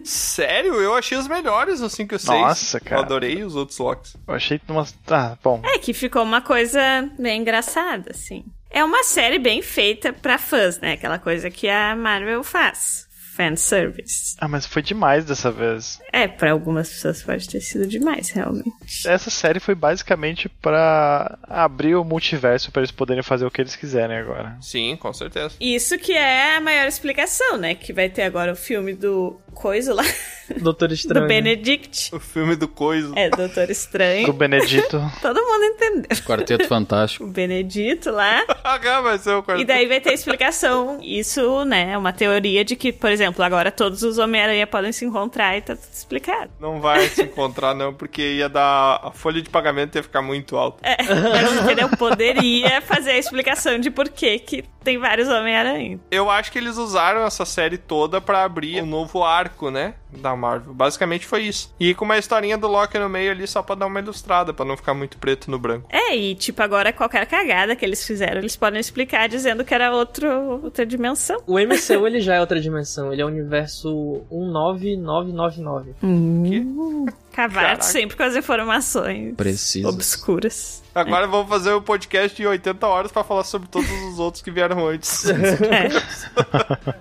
Speaker 3: Sério? Eu achei os melhores, o 5 e o 6.
Speaker 6: Nossa, cara.
Speaker 3: Eu adorei os outros Locks.
Speaker 6: Eu achei umas. Ah, bom.
Speaker 4: É que ficou uma coisa bem engraçada, assim. É uma série bem feita pra fãs, né? Aquela coisa que a Marvel faz. fanservice.
Speaker 6: Ah, mas foi demais dessa vez.
Speaker 4: É, pra algumas pessoas pode ter sido demais, realmente.
Speaker 6: Essa série foi basicamente pra abrir o multiverso pra eles poderem fazer o que eles quiserem agora.
Speaker 3: Sim, com certeza.
Speaker 4: Isso que é a maior explicação, né? Que vai ter agora o filme do Coiso lá.
Speaker 7: Doutor Estranho.
Speaker 4: Do Benedict.
Speaker 3: O filme do Coiso.
Speaker 4: É, Doutor Estranho.
Speaker 6: Do Benedito.
Speaker 4: Todo mundo entendeu.
Speaker 5: Quarteto Fantástico.
Speaker 4: O Benedito lá.
Speaker 3: ah, vai ser o quarteto.
Speaker 4: E daí vai ter explicação. Isso, né, é uma teoria de que, por exemplo, agora todos os Homem-Aranha podem se encontrar e tá tudo explicado.
Speaker 3: Não vai se encontrar, não, porque ia dar. A folha de pagamento ia ficar muito alta.
Speaker 4: É, mas entendeu? Poderia fazer a explicação de por que que tem vários Homem-Aranha.
Speaker 3: Eu acho que eles usaram essa série toda pra abrir um novo arco, né? Da Marvel. Basicamente foi isso. E com uma historinha do Loki no meio ali só pra dar uma ilustrada, pra não ficar muito preto no branco.
Speaker 4: É, e tipo, agora qualquer cagada que eles fizeram, eles podem explicar dizendo que era outro, outra dimensão.
Speaker 7: O MCU ele já é outra dimensão, ele é o universo 19999.
Speaker 4: Hum, Cavado sempre com as informações
Speaker 5: Preciso.
Speaker 4: obscuras.
Speaker 3: Agora vamos fazer um podcast de 80 horas pra falar sobre todos os outros que vieram antes.
Speaker 4: É,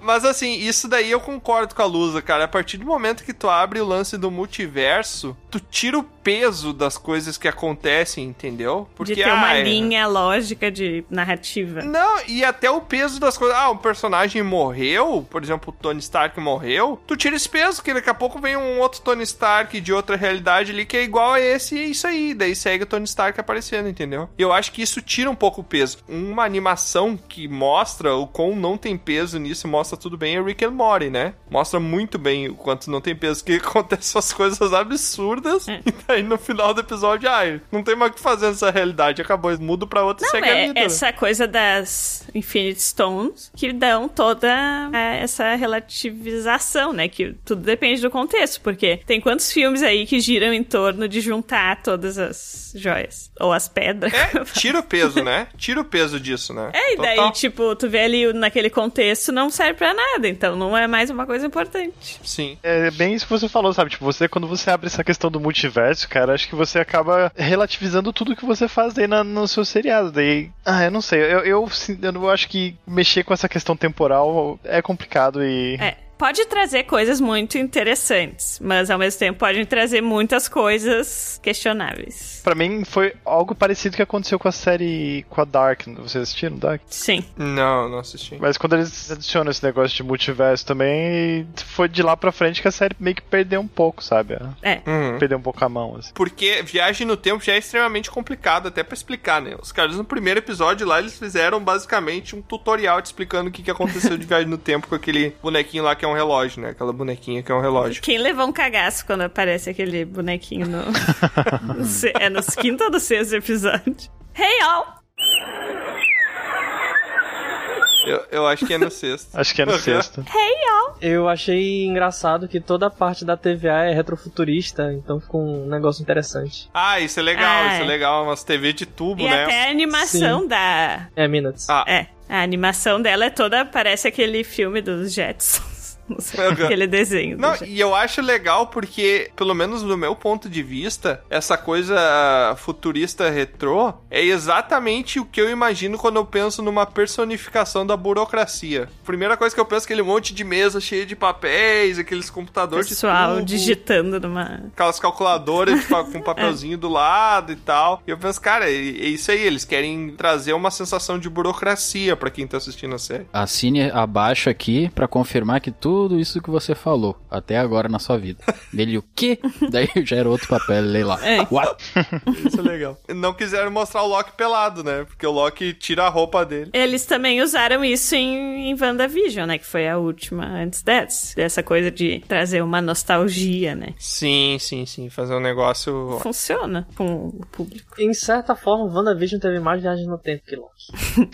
Speaker 3: Mas assim, isso daí eu concordo com a Lusa, cara. A partir do momento que tu abre o lance do multiverso, tu tira o peso das coisas que acontecem, entendeu?
Speaker 4: de ter uma
Speaker 3: ah, é-
Speaker 4: linha lógica de narrativa.
Speaker 3: Não, e até o peso das coisas. Ah, um personagem morreu, por exemplo, o Tony Stark morreu. Tu tira esse peso, que daqui a pouco vem um outro Tony Stark de outra realidade ali que é igual a esse e é isso aí. Daí segue o Tony Stark aparecendo, entendeu? Eu acho que isso tira um pouco o peso. Uma animação que mostra o quão não tem peso nisso, e mostra tudo bem, é Rick and Morty, né? Mostra muito bem o quanto não tem peso, que acontecem as coisas absurdas.
Speaker 4: Hum.
Speaker 3: E daí no final do episódio, ai, não tem mais o que fazer nessa realidade. Acabou, mudo pra outra e
Speaker 4: Não,
Speaker 3: segue a
Speaker 4: é
Speaker 3: vida. né?
Speaker 4: essa coisa das Infinite Stones que dão toda é, essa relativização, né? Que tudo depende do contexto, porque tem quantos filmes aí que giram em torno de juntar todas as joias ou as pedras.
Speaker 3: É, Tira o peso, né? Tira o peso disso, né?
Speaker 4: É, e daí,
Speaker 3: Total.
Speaker 4: tipo, tu vê ali naquele contexto, não serve pra nada, então não é mais uma coisa importante.
Speaker 3: Sim.
Speaker 6: É bem isso que você falou, sabe? Tipo, você, quando você abre essa questão do multiverso, cara, acho que você acaba relativizando tudo que você faz daí na- no seu seriado. Daí, ah, eu não sei. Eu, eu, sim- eu não acho que mexer com essa questão temporal é complicado e.
Speaker 4: É, pode trazer coisas muito interessantes, mas ao mesmo tempo pode trazer muitas coisas questionáveis.
Speaker 6: Pra mim foi algo parecido que aconteceu com a série com a Dark. Vocês assistiram Dark?
Speaker 4: Sim.
Speaker 3: Não, não assisti.
Speaker 6: Mas quando eles adicionam esse negócio de multiverso também, foi de lá pra frente que a série meio que perdeu um pouco, sabe?
Speaker 4: É.
Speaker 6: Perdeu um pouco a mão, assim.
Speaker 3: Porque viagem no tempo já é extremamente complicado, até pra explicar, né? Os caras no primeiro episódio lá, eles fizeram basicamente um tutorial te explicando o que, que aconteceu de viagem no tempo com aquele bonequinho lá que é um relógio, né? Aquela bonequinha que é um relógio.
Speaker 4: Quem levou um cagaço quando aparece aquele bonequinho no. no se- é nos quinto ou no sexto episódio? Hey, all!
Speaker 3: Eu, eu acho que é no sexto.
Speaker 6: acho que é no sexto.
Speaker 4: Hey, all!
Speaker 7: Eu achei engraçado que toda a parte da TVA é retrofuturista, então ficou um negócio interessante.
Speaker 3: Ah, isso é legal,
Speaker 4: Ah,
Speaker 3: isso é
Speaker 4: é.
Speaker 3: legal. Umas TV de tubo,
Speaker 4: E
Speaker 3: né?
Speaker 4: até a animação
Speaker 7: Sim.
Speaker 4: da.
Speaker 7: É, Minutes.
Speaker 3: Ah.
Speaker 4: É. A animação dela é toda. Parece aquele filme dos Jetsons. Não sei, aquele desenho.
Speaker 3: Não, e eu acho legal porque, pelo menos do meu ponto de vista, essa coisa futurista retrô é exatamente o que eu imagino quando eu penso numa personificação da burocracia. Primeira coisa que eu penso é aquele monte de mesa cheia de papéis, aqueles
Speaker 4: O
Speaker 3: computadores
Speaker 4: pessoal
Speaker 3: de tubo,
Speaker 4: digitando numa.
Speaker 3: Aquelas calculadoras de pa- com papelzinho do lado e tal. E eu penso, cara, é é isso aí. Eles querem trazer uma sensação de burocracia pra quem tá assistindo a série.
Speaker 5: Assine abaixo aqui pra confirmar que tudo isso que você falou até agora na sua vida. Ele, o quê? Daí já era outro papel, ele lá.
Speaker 4: É.
Speaker 5: What?
Speaker 3: Isso é legal. Não quiseram mostrar o Loki pelado, né? Porque o Loki tira a roupa dele.
Speaker 4: Eles também usaram isso em, em WandaVision, né? Que foi a última antes dessa. Dessa coisa de trazer uma nostalgia, né?
Speaker 3: Sim, sim, sim. Fazer um negócio.
Speaker 4: Funciona com o público.
Speaker 7: Em certa forma, WandaVision teve mais viagem no tempo que Loki.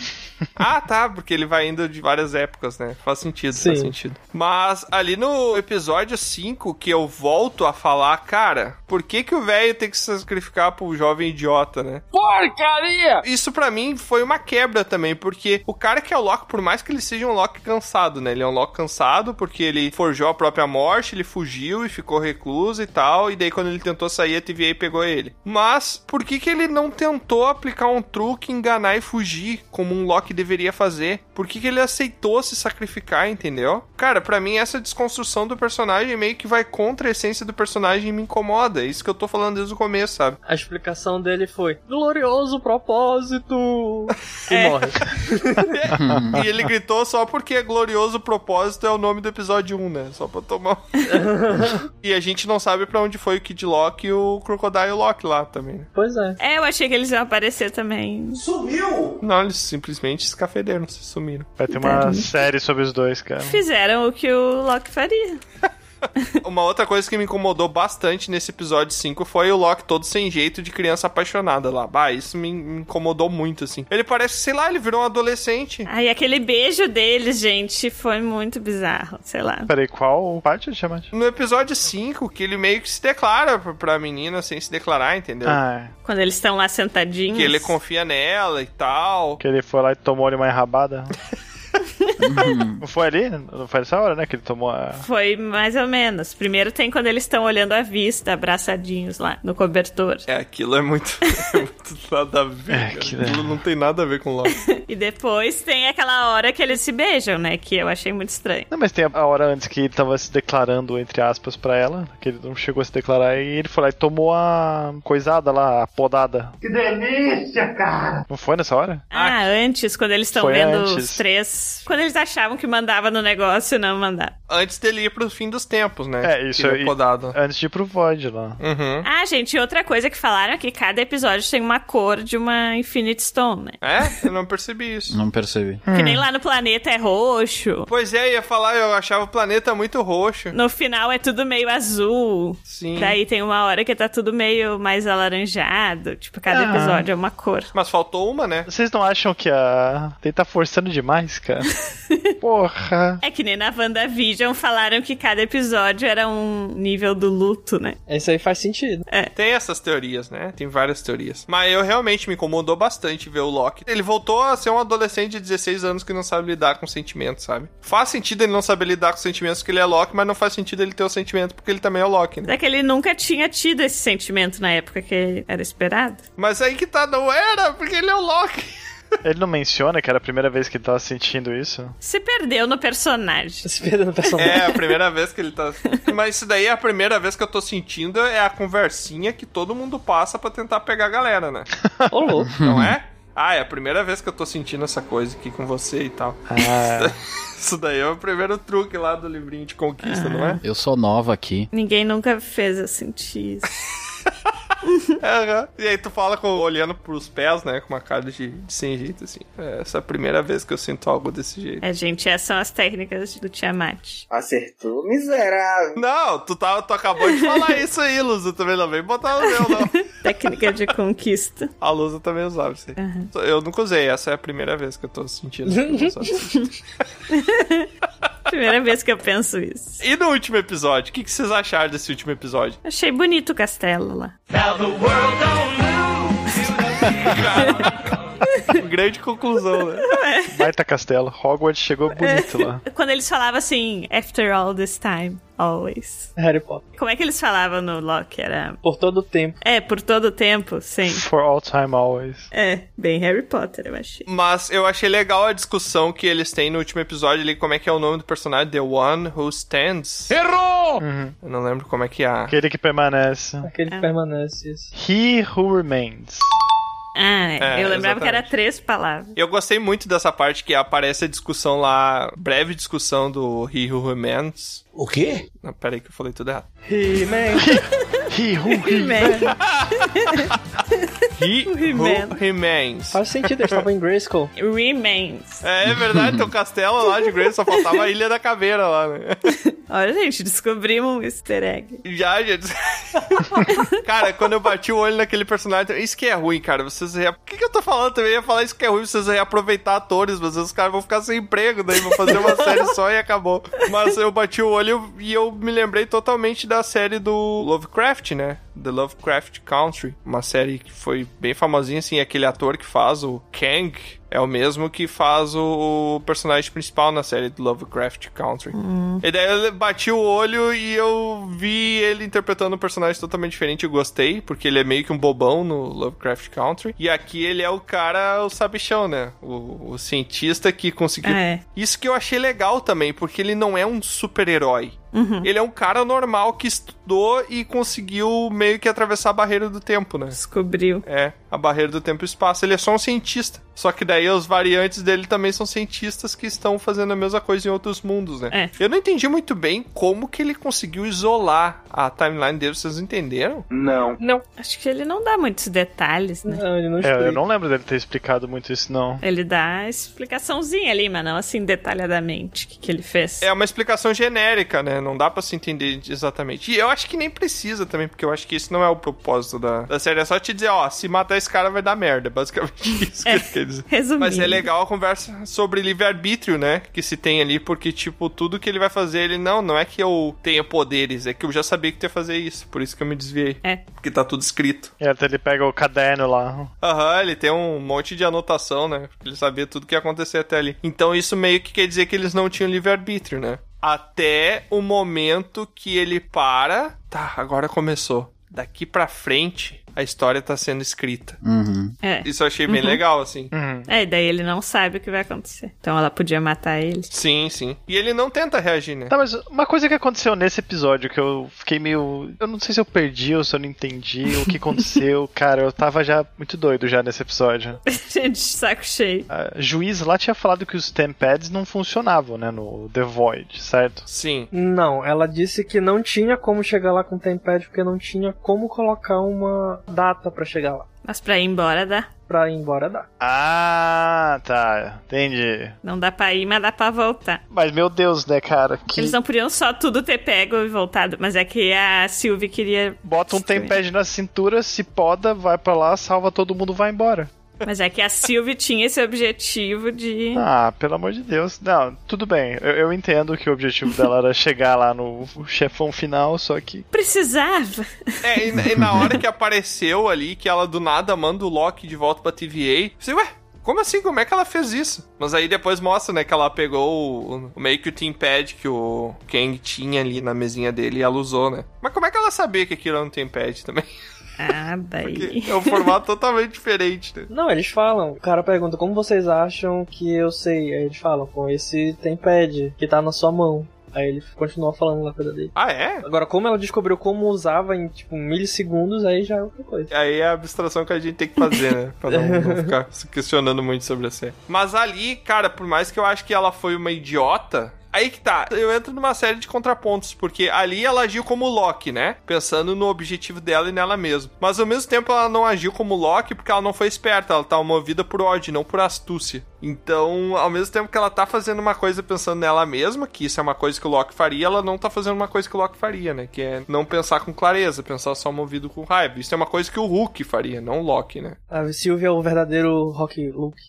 Speaker 3: Ah, tá, porque ele vai indo de várias épocas, né? Faz sentido,
Speaker 7: Sim.
Speaker 3: faz sentido. Mas ali no episódio 5, que eu volto a falar, cara, por que que o velho tem que se sacrificar pro jovem idiota, né?
Speaker 7: Porcaria!
Speaker 3: Isso pra mim foi uma quebra também, porque o cara que é o Loki, por mais que ele seja um Loki cansado, né? Ele é um Loki cansado porque ele forjou a própria morte, ele fugiu e ficou recluso e tal, e daí quando ele tentou sair, a TVA pegou ele. Mas por que que ele não tentou aplicar um truque, enganar e fugir como um Loki deveria fazer? Por que que ele aceitou se sacrificar, entendeu? Cara, pra mim, essa desconstrução do personagem meio que vai contra a essência do personagem e me incomoda. É isso que eu tô falando desde o começo, sabe?
Speaker 7: A explicação dele foi: glorioso propósito! E
Speaker 6: É.
Speaker 7: morre.
Speaker 5: Hum.
Speaker 3: e ele gritou só porque é glorioso propósito é o nome do episódio 1, né? Só pra tomar. e a gente não sabe pra onde foi o Kid Lock e o Crocodile Lock lá também. né?
Speaker 7: Pois é.
Speaker 4: É, eu achei que eles iam aparecer também.
Speaker 3: Sumiu! Não, eles simplesmente se cafederam, se sumiram.
Speaker 6: Vai ter uma série sobre os dois, cara.
Speaker 4: Fizeram o que o Loki faria.
Speaker 3: Uma outra coisa que me incomodou bastante nesse episódio 5 foi o Loki todo sem jeito de criança apaixonada lá. Bah, isso me me incomodou muito, assim. Ele parece, sei lá, ele virou um adolescente.
Speaker 4: Aí aquele beijo deles, gente, foi muito bizarro. Sei lá.
Speaker 6: Peraí, qual parte de chamar?
Speaker 3: No episódio 5, que ele meio que se declara pra- pra menina sem se declarar, entendeu?
Speaker 6: Ah. é.
Speaker 4: Quando eles estão lá sentadinhos.
Speaker 3: Que ele confia nela e tal.
Speaker 6: Que ele foi lá e tomou ali uma enrabada. não foi ali? Não foi nessa hora, né? Que ele tomou a.
Speaker 4: Foi mais ou menos. Primeiro tem quando eles estão olhando a vista, abraçadinhos lá no cobertor.
Speaker 3: É, aquilo é muito, é muito nada a ver.
Speaker 6: É,
Speaker 3: cara. Aquilo não tem nada a ver com o Loki.
Speaker 4: E depois tem aquela hora que eles se beijam, né? Que eu achei muito estranho.
Speaker 6: Não, mas tem a hora antes que ele tava se declarando, entre aspas, pra ela, que ele não chegou a se declarar, e ele foi lá e tomou a coisada lá, a podada.
Speaker 9: Que delícia, cara!
Speaker 6: Não foi nessa hora?
Speaker 4: Ah, antes, quando eles estão
Speaker 6: Foi
Speaker 4: vendo
Speaker 6: antes.
Speaker 4: os três. Quando eles achavam que mandava no negócio, não mandava.
Speaker 3: Antes dele ir pro fim dos tempos, né?
Speaker 6: É, isso
Speaker 3: Que ele
Speaker 6: aí. É.
Speaker 3: podado.
Speaker 6: Antes de ir pro Void lá.
Speaker 3: Uhum.
Speaker 4: Ah, gente, e outra coisa que falaram é que cada episódio tem uma cor de uma Infinite Stone, né?
Speaker 3: É? Eu não percebi
Speaker 6: Hum.
Speaker 3: isso.
Speaker 5: Não percebi.
Speaker 4: Que nem lá no planeta é roxo.
Speaker 3: Pois é, eu ia falar, eu achava o planeta muito roxo.
Speaker 4: No final é tudo meio azul.
Speaker 3: Sim.
Speaker 4: Daí tem uma hora que tá tudo meio mais alaranjado. Tipo, cada
Speaker 6: Ah.
Speaker 4: episódio é uma cor.
Speaker 3: Mas faltou uma, né?
Speaker 6: Vocês não acham que a. Ele tá forçando demais, cara? Porra.
Speaker 4: É que nem na WandaVision falaram que cada episódio era um nível do luto, né?
Speaker 7: Isso aí faz sentido.
Speaker 3: Tem essas teorias, né? Tem várias teorias. Mas eu realmente me incomodou bastante ver o Loki. Ele voltou a ser um adolescente de 16 anos que não sabe lidar com sentimentos, sabe? Faz sentido ele não saber lidar com sentimentos porque ele é Loki, mas não faz sentido ele ter o sentimento porque ele também é o Loki, né?
Speaker 4: É que ele nunca tinha tido esse sentimento na época que era esperado.
Speaker 3: Mas aí que tá, não era, porque ele é o Loki.
Speaker 6: Ele não menciona que era a primeira vez que ele tava sentindo isso?
Speaker 4: Se perdeu no personagem.
Speaker 7: Se perdeu no personagem.
Speaker 3: É, a primeira vez que ele tá. Mas isso daí é a primeira vez que eu tô sentindo é a conversinha que todo mundo passa pra tentar pegar a galera, né?
Speaker 7: Ô, louco.
Speaker 3: Não é? Ah, é a primeira vez que eu tô sentindo essa coisa aqui com você e tal. Isso daí é o primeiro truque lá do livrinho de conquista, não é?
Speaker 5: Eu sou nova aqui.
Speaker 4: Ninguém nunca fez eu sentir isso.
Speaker 3: Aham. E aí tu fala com, olhando pros pés, né? Com uma cara de, de sem jeito, assim. É, essa é a primeira vez que eu sinto algo desse jeito.
Speaker 4: é, gente, essas são as técnicas do Tiamat.
Speaker 9: Acertou, miserável.
Speaker 3: Não, tu, tá, tu acabou de falar isso aí, Lusa. Também não vem botar o meu, não.
Speaker 4: Técnica de conquista.
Speaker 3: A Lusa também usava isso aí. Eu nunca usei, essa é a primeira vez que eu tô sentindo. que eu vou usar isso.
Speaker 4: Primeira vez que eu penso isso.
Speaker 3: e no último episódio, o que, que vocês acharam desse último episódio?
Speaker 4: Achei bonito o castelo lá.
Speaker 3: Grande conclusão, né?
Speaker 6: Baita castelo. Hogwarts chegou bonito lá.
Speaker 4: Quando eles falavam assim, after all this time, always.
Speaker 7: Harry Potter.
Speaker 4: Como é que eles falavam no Loki? Era.
Speaker 7: Por todo o tempo.
Speaker 4: É, por todo o tempo, sim.
Speaker 6: For all time, always.
Speaker 4: É, bem Harry Potter, eu achei.
Speaker 3: Mas eu achei legal a discussão que eles têm no último episódio ali, como é que é o nome do personagem, The One Who Stands. Errou! Eu não lembro como é que é. a-
Speaker 6: Aquele que permanece.
Speaker 7: Aquele que permanece assim. isso.
Speaker 6: He who remains.
Speaker 4: Ah,
Speaker 3: É,
Speaker 4: eu
Speaker 3: exatamente.
Speaker 4: lembrava que era três palavras.
Speaker 3: Eu gostei muito dessa parte que aparece a discussão lá, breve discussão do He Who Remains.
Speaker 9: O quê?
Speaker 3: Não, peraí que eu falei tudo errado.
Speaker 7: He-Man.
Speaker 6: He who
Speaker 4: He-Man.
Speaker 3: He
Speaker 4: Remains.
Speaker 3: Who Remains.
Speaker 7: Faz sentido, eles estavam em Grayskull.
Speaker 4: Remains.
Speaker 3: É, é verdade, tem um castelo lá de Grace, só faltava a Ilha da Caveira lá, né?
Speaker 4: Olha, gente, descobrimos um easter egg.
Speaker 3: Já, já. cara, quando eu bati o olho naquele personagem, isso que é ruim, cara. Vocês rea... O que, que eu tô falando também? Eu ia falar isso que é ruim, vocês reaproveitar atores, mas os caras vão ficar sem emprego, daí vão fazer uma série só e acabou. Mas eu bati o olho e eu me lembrei totalmente da série do Lovecraft, né? The Lovecraft Country, uma série que foi bem famosinha, assim, aquele ator que faz o Kang é o mesmo que faz o personagem principal na série do Lovecraft Country.
Speaker 15: Hum.
Speaker 3: E daí eu bati o olho e eu vi ele interpretando um personagem totalmente diferente. Eu gostei, porque ele é meio que um bobão no Lovecraft Country. E aqui ele é o cara, o sabichão, né? O, o cientista que conseguiu.
Speaker 4: É.
Speaker 3: Isso que eu achei legal também, porque ele não é um super-herói.
Speaker 4: Uhum.
Speaker 3: Ele é um cara normal que estudou e conseguiu meio que atravessar a barreira do tempo, né?
Speaker 4: Descobriu.
Speaker 3: É, a barreira do tempo e espaço. Ele é só um cientista. Só que daí os variantes dele também são cientistas que estão fazendo a mesma coisa em outros mundos, né?
Speaker 4: É.
Speaker 3: Eu não entendi muito bem como que ele conseguiu isolar a timeline dele. Vocês entenderam?
Speaker 8: Não.
Speaker 4: Não. Acho que ele não dá muitos detalhes, né?
Speaker 7: Não, ele não
Speaker 6: É, eu não lembro dele ter explicado muito isso, não.
Speaker 4: Ele dá explicaçãozinha ali, mas não assim detalhadamente o que, que ele fez.
Speaker 3: É uma explicação genérica, né? Não dá pra se entender exatamente. E eu acho que nem precisa também, porque eu acho que isso não é o propósito da, da série. É só te dizer, ó, se matar esse cara vai dar merda. É Basicamente isso que ele quer dizer.
Speaker 4: Resumindo.
Speaker 3: Mas é legal a conversa sobre livre-arbítrio, né? Que se tem ali, porque, tipo, tudo que ele vai fazer, ele não, não é que eu tenha poderes, é que eu já sabia que tu ia fazer isso. Por isso que eu me desviei.
Speaker 4: É.
Speaker 3: Porque tá tudo escrito.
Speaker 6: É, até ele pega o caderno lá.
Speaker 3: Aham, ele tem um monte de anotação, né? Ele sabia tudo que ia acontecer até ali. Então isso meio que quer dizer que eles não tinham livre-arbítrio, né? Até o momento que ele para. Tá, agora começou. Daqui pra frente, a história tá sendo escrita.
Speaker 5: Uhum.
Speaker 4: É.
Speaker 3: Isso eu achei bem
Speaker 4: Uhum.
Speaker 3: legal, assim.
Speaker 4: É, e daí ele não sabe o que vai acontecer. Então ela podia matar ele.
Speaker 3: Sim, sim. E ele não tenta reagir, né?
Speaker 6: Tá, mas uma coisa que aconteceu nesse episódio que eu fiquei meio. Eu não sei se eu perdi ou se eu não entendi o que aconteceu. Cara, eu tava já muito doido já nesse episódio.
Speaker 4: Gente, saco cheio.
Speaker 6: A juiz lá tinha falado que os tempads não funcionavam, né? No The Void, certo?
Speaker 3: Sim.
Speaker 7: Não, ela disse que não tinha como chegar lá com o Tempad porque não tinha como colocar uma data pra chegar lá.
Speaker 4: Mas pra ir embora dá.
Speaker 7: Pra ir embora dá.
Speaker 6: Ah, tá. Entendi.
Speaker 4: Não dá pra ir, mas dá pra voltar.
Speaker 6: Mas meu Deus, né, cara? Que...
Speaker 4: Eles não podiam só tudo ter pego e voltado, mas é que a Sylvie queria.
Speaker 6: Bota um tempad na cintura, se poda, vai pra lá, salva todo mundo, vai embora.
Speaker 4: Mas é que a Sylvie tinha esse objetivo de.
Speaker 6: Ah, pelo amor de Deus. Não, tudo bem. Eu, eu entendo que o objetivo dela era chegar lá no chefão final, só que.
Speaker 4: Precisava.
Speaker 3: É, e, na- e na hora que apareceu ali, que ela do nada manda o Loki de volta pra TVA, você, ué, como assim? Como é que ela fez isso? Mas aí depois mostra, né, que ela pegou o, o meio que o Teampad que o Kang tinha ali na mesinha dele e ela usou, né? Mas como é que ela sabia que aquilo era um Teampad também?
Speaker 4: Ah, daí.
Speaker 3: É um formato totalmente diferente, né?
Speaker 7: Não, eles falam. O cara pergunta como vocês acham que eu sei. Aí eles falam com esse Tempad que tá na sua mão. Aí ele continua falando na coisa dele.
Speaker 3: Ah, é?
Speaker 7: Agora, como ela descobriu como usava em tipo milissegundos, aí já é outra coisa.
Speaker 3: Aí é a abstração que a gente tem que fazer, né? Pra não, não ficar se questionando muito sobre a série. Mas ali, cara, por mais que eu acho que ela foi uma idiota. Aí que tá, eu entro numa série de contrapontos, porque ali ela agiu como Loki, né? Pensando no objetivo dela e nela mesma. Mas ao mesmo tempo ela não agiu como Loki porque ela não foi esperta, ela tá movida por ódio, não por astúcia. Então, ao mesmo tempo que ela tá fazendo uma coisa pensando nela mesma, que isso é uma coisa que o Loki faria, ela não tá fazendo uma coisa que o Loki faria, né? Que é não pensar com clareza, pensar só movido com raiva. Isso é uma coisa que o Hulk faria, não o Loki, né?
Speaker 7: A Sylvia é o verdadeiro Rock Luke.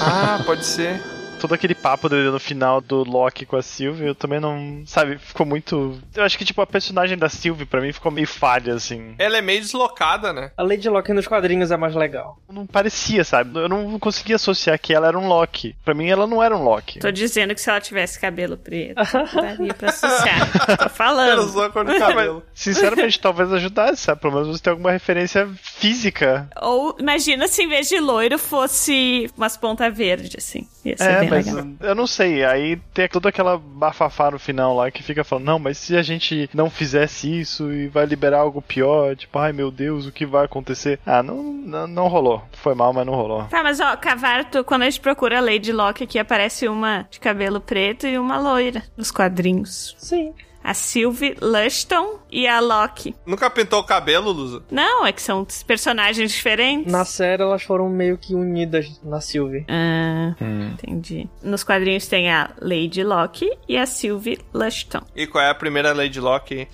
Speaker 3: Ah, pode ser.
Speaker 6: Todo aquele papo dele no final do Loki com a Sylvie, eu também não. Sabe, ficou muito. Eu acho que, tipo, a personagem da Sylvie pra mim ficou meio falha, assim.
Speaker 3: Ela é meio deslocada, né?
Speaker 7: A Lady Loki nos quadrinhos é mais legal.
Speaker 6: Não parecia, sabe? Eu não conseguia associar que ela era um Loki. Pra mim, ela não era um Loki.
Speaker 4: Tô dizendo que se ela tivesse cabelo preto, daria pra associar. Tô
Speaker 3: Ela
Speaker 4: falando.
Speaker 3: usou a cor do cabelo.
Speaker 6: Sinceramente, talvez ajudasse, sabe? Pelo menos você tem alguma referência física.
Speaker 4: Ou imagina se em vez de loiro fosse umas pontas verdes, assim. Ia ser
Speaker 6: É,
Speaker 4: bem
Speaker 6: mas
Speaker 4: legal.
Speaker 6: eu não sei. Aí tem toda aquela bafafá no final lá que fica falando: não, mas se a gente não fizesse isso e vai liberar algo pior, tipo, ai meu Deus, o que vai acontecer? Ah, não, não, não rolou. Foi mal, mas não rolou.
Speaker 4: Tá, mas ó, Cavarto, quando a gente procura a Lady Locke aqui, aparece uma de cabelo preto e uma loira nos quadrinhos.
Speaker 7: Sim.
Speaker 4: A Sylvie Lushton e a Locke.
Speaker 3: Nunca pintou o cabelo, Lusa?
Speaker 4: Não, é que são personagens diferentes.
Speaker 7: Na série elas foram meio que unidas na Sylvie.
Speaker 4: Ah, entendi. Nos quadrinhos tem a Lady Locke e a Sylvie Lushton.
Speaker 3: E qual é a primeira Lady Loki? hein?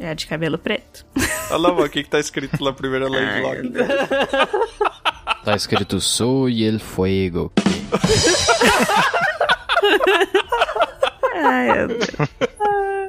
Speaker 4: É a de cabelo preto.
Speaker 3: Olha lá, o que que tá escrito na primeira Lady Loki?
Speaker 5: Tá escrito Soy el Fuego.
Speaker 4: Ai, eu...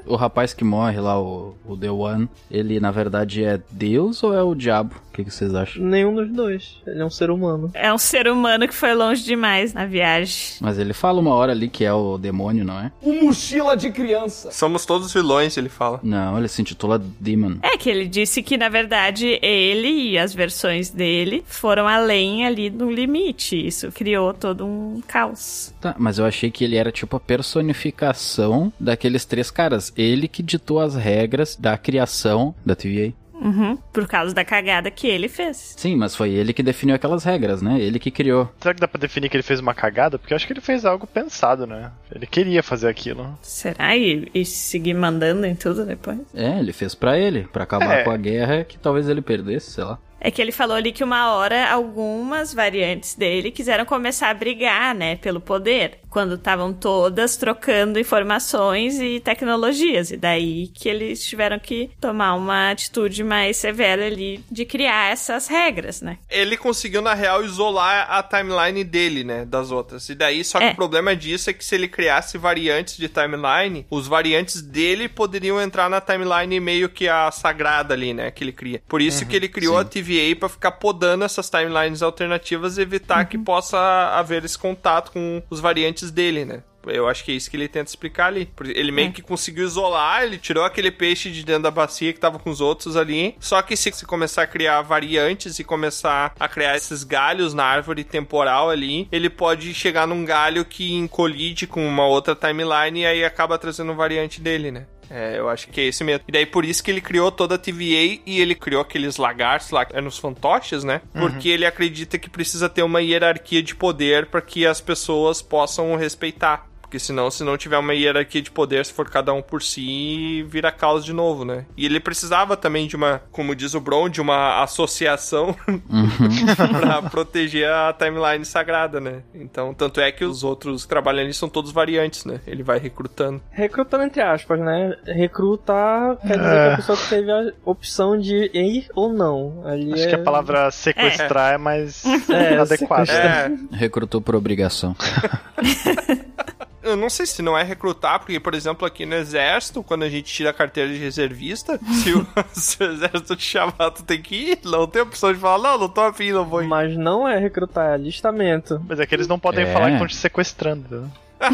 Speaker 5: O rapaz que morre lá, o, o The One, ele na verdade é Deus ou é o diabo? O que, que vocês acham?
Speaker 7: Nenhum dos dois. Ele é um ser humano.
Speaker 4: É um ser humano que foi longe demais na viagem.
Speaker 5: Mas ele fala uma hora ali que é o demônio, não é?
Speaker 7: Um mochila de criança.
Speaker 3: Somos todos vilões, ele fala.
Speaker 5: Não, ele se intitula Demon.
Speaker 4: É que ele disse que, na verdade, ele e as versões dele foram além ali do limite. Isso criou todo um caos.
Speaker 5: Tá, mas eu achei que ele era tipo a personificação daqueles três caras. Ele que ditou as regras da criação da TVA.
Speaker 4: Uhum, por causa da cagada que ele fez.
Speaker 5: Sim, mas foi ele que definiu aquelas regras, né? Ele que criou.
Speaker 6: Será que dá pra definir que ele fez uma cagada? Porque eu acho que ele fez algo pensado, né? Ele queria fazer aquilo.
Speaker 4: Será? E, e seguir mandando em tudo depois?
Speaker 5: É, ele fez pra ele, pra acabar
Speaker 4: É.
Speaker 5: com a guerra que talvez ele perdesse, sei lá.
Speaker 4: É que ele falou ali que uma hora algumas variantes dele quiseram começar a brigar, né, pelo poder, quando estavam todas trocando informações e tecnologias. E daí que eles tiveram que tomar uma atitude mais severa ali de criar essas regras, né?
Speaker 3: Ele conseguiu, na real, isolar a timeline dele, né? Das outras. E daí, só que
Speaker 4: É.
Speaker 3: o problema disso é que se ele criasse variantes de timeline, os variantes dele poderiam entrar na timeline meio que a sagrada ali, né? Que ele cria. Por isso
Speaker 10: Uhum,
Speaker 3: que ele criou a TVA pra ficar podando essas timelines alternativas e evitar que possa haver esse contato com os variantes dele, né? Eu acho que é isso que ele tenta explicar ali. Por- Ele meio
Speaker 10: É.
Speaker 3: que conseguiu isolar, ele tirou aquele peixe de dentro da bacia que tava com os outros ali. Só que se, se começar a criar variantes e começar a criar esses galhos na árvore temporal ali, ele pode chegar num galho que colide com uma outra timeline e aí acaba trazendo um variante dele, né? É, eu acho que é esse mesmo. E daí por isso que ele criou toda a TVA e ele criou aqueles lagartos lá, é nos fantoches, né?
Speaker 10: Uhum.
Speaker 3: Porque ele acredita que precisa ter uma hierarquia de poder para que as pessoas possam respeitar. Porque senão, se não tiver uma hierarquia de poder, se for cada um por si, vira caos de novo, né? E ele precisava também de uma, como diz o Bron, de uma associação
Speaker 5: Uhum.
Speaker 3: pra proteger a timeline sagrada, né? Então, tanto é que os outros que trabalham ali são todos variantes, né? Ele vai recrutando.
Speaker 7: Recrutando entre aspas, né? Recrutar quer dizer que
Speaker 6: É.
Speaker 7: a pessoa teve a opção de ir ou não. Ali
Speaker 6: Acho
Speaker 7: é...
Speaker 6: que a palavra sequestrar é, mais
Speaker 7: É,
Speaker 6: adequada.
Speaker 3: sequestrar.
Speaker 5: Recrutou por obrigação.
Speaker 3: Eu não sei se não é recrutar, porque, por exemplo, aqui no exército, quando a gente tira a carteira de reservista, se o, se o exército te chamar, tu tem que ir. Não tem opção de falar, não, não tô afim, não vou ir.
Speaker 7: Mas não é recrutar, é alistamento.
Speaker 6: Mas é que eles não podem
Speaker 7: É.
Speaker 6: falar que estão te sequestrando. né?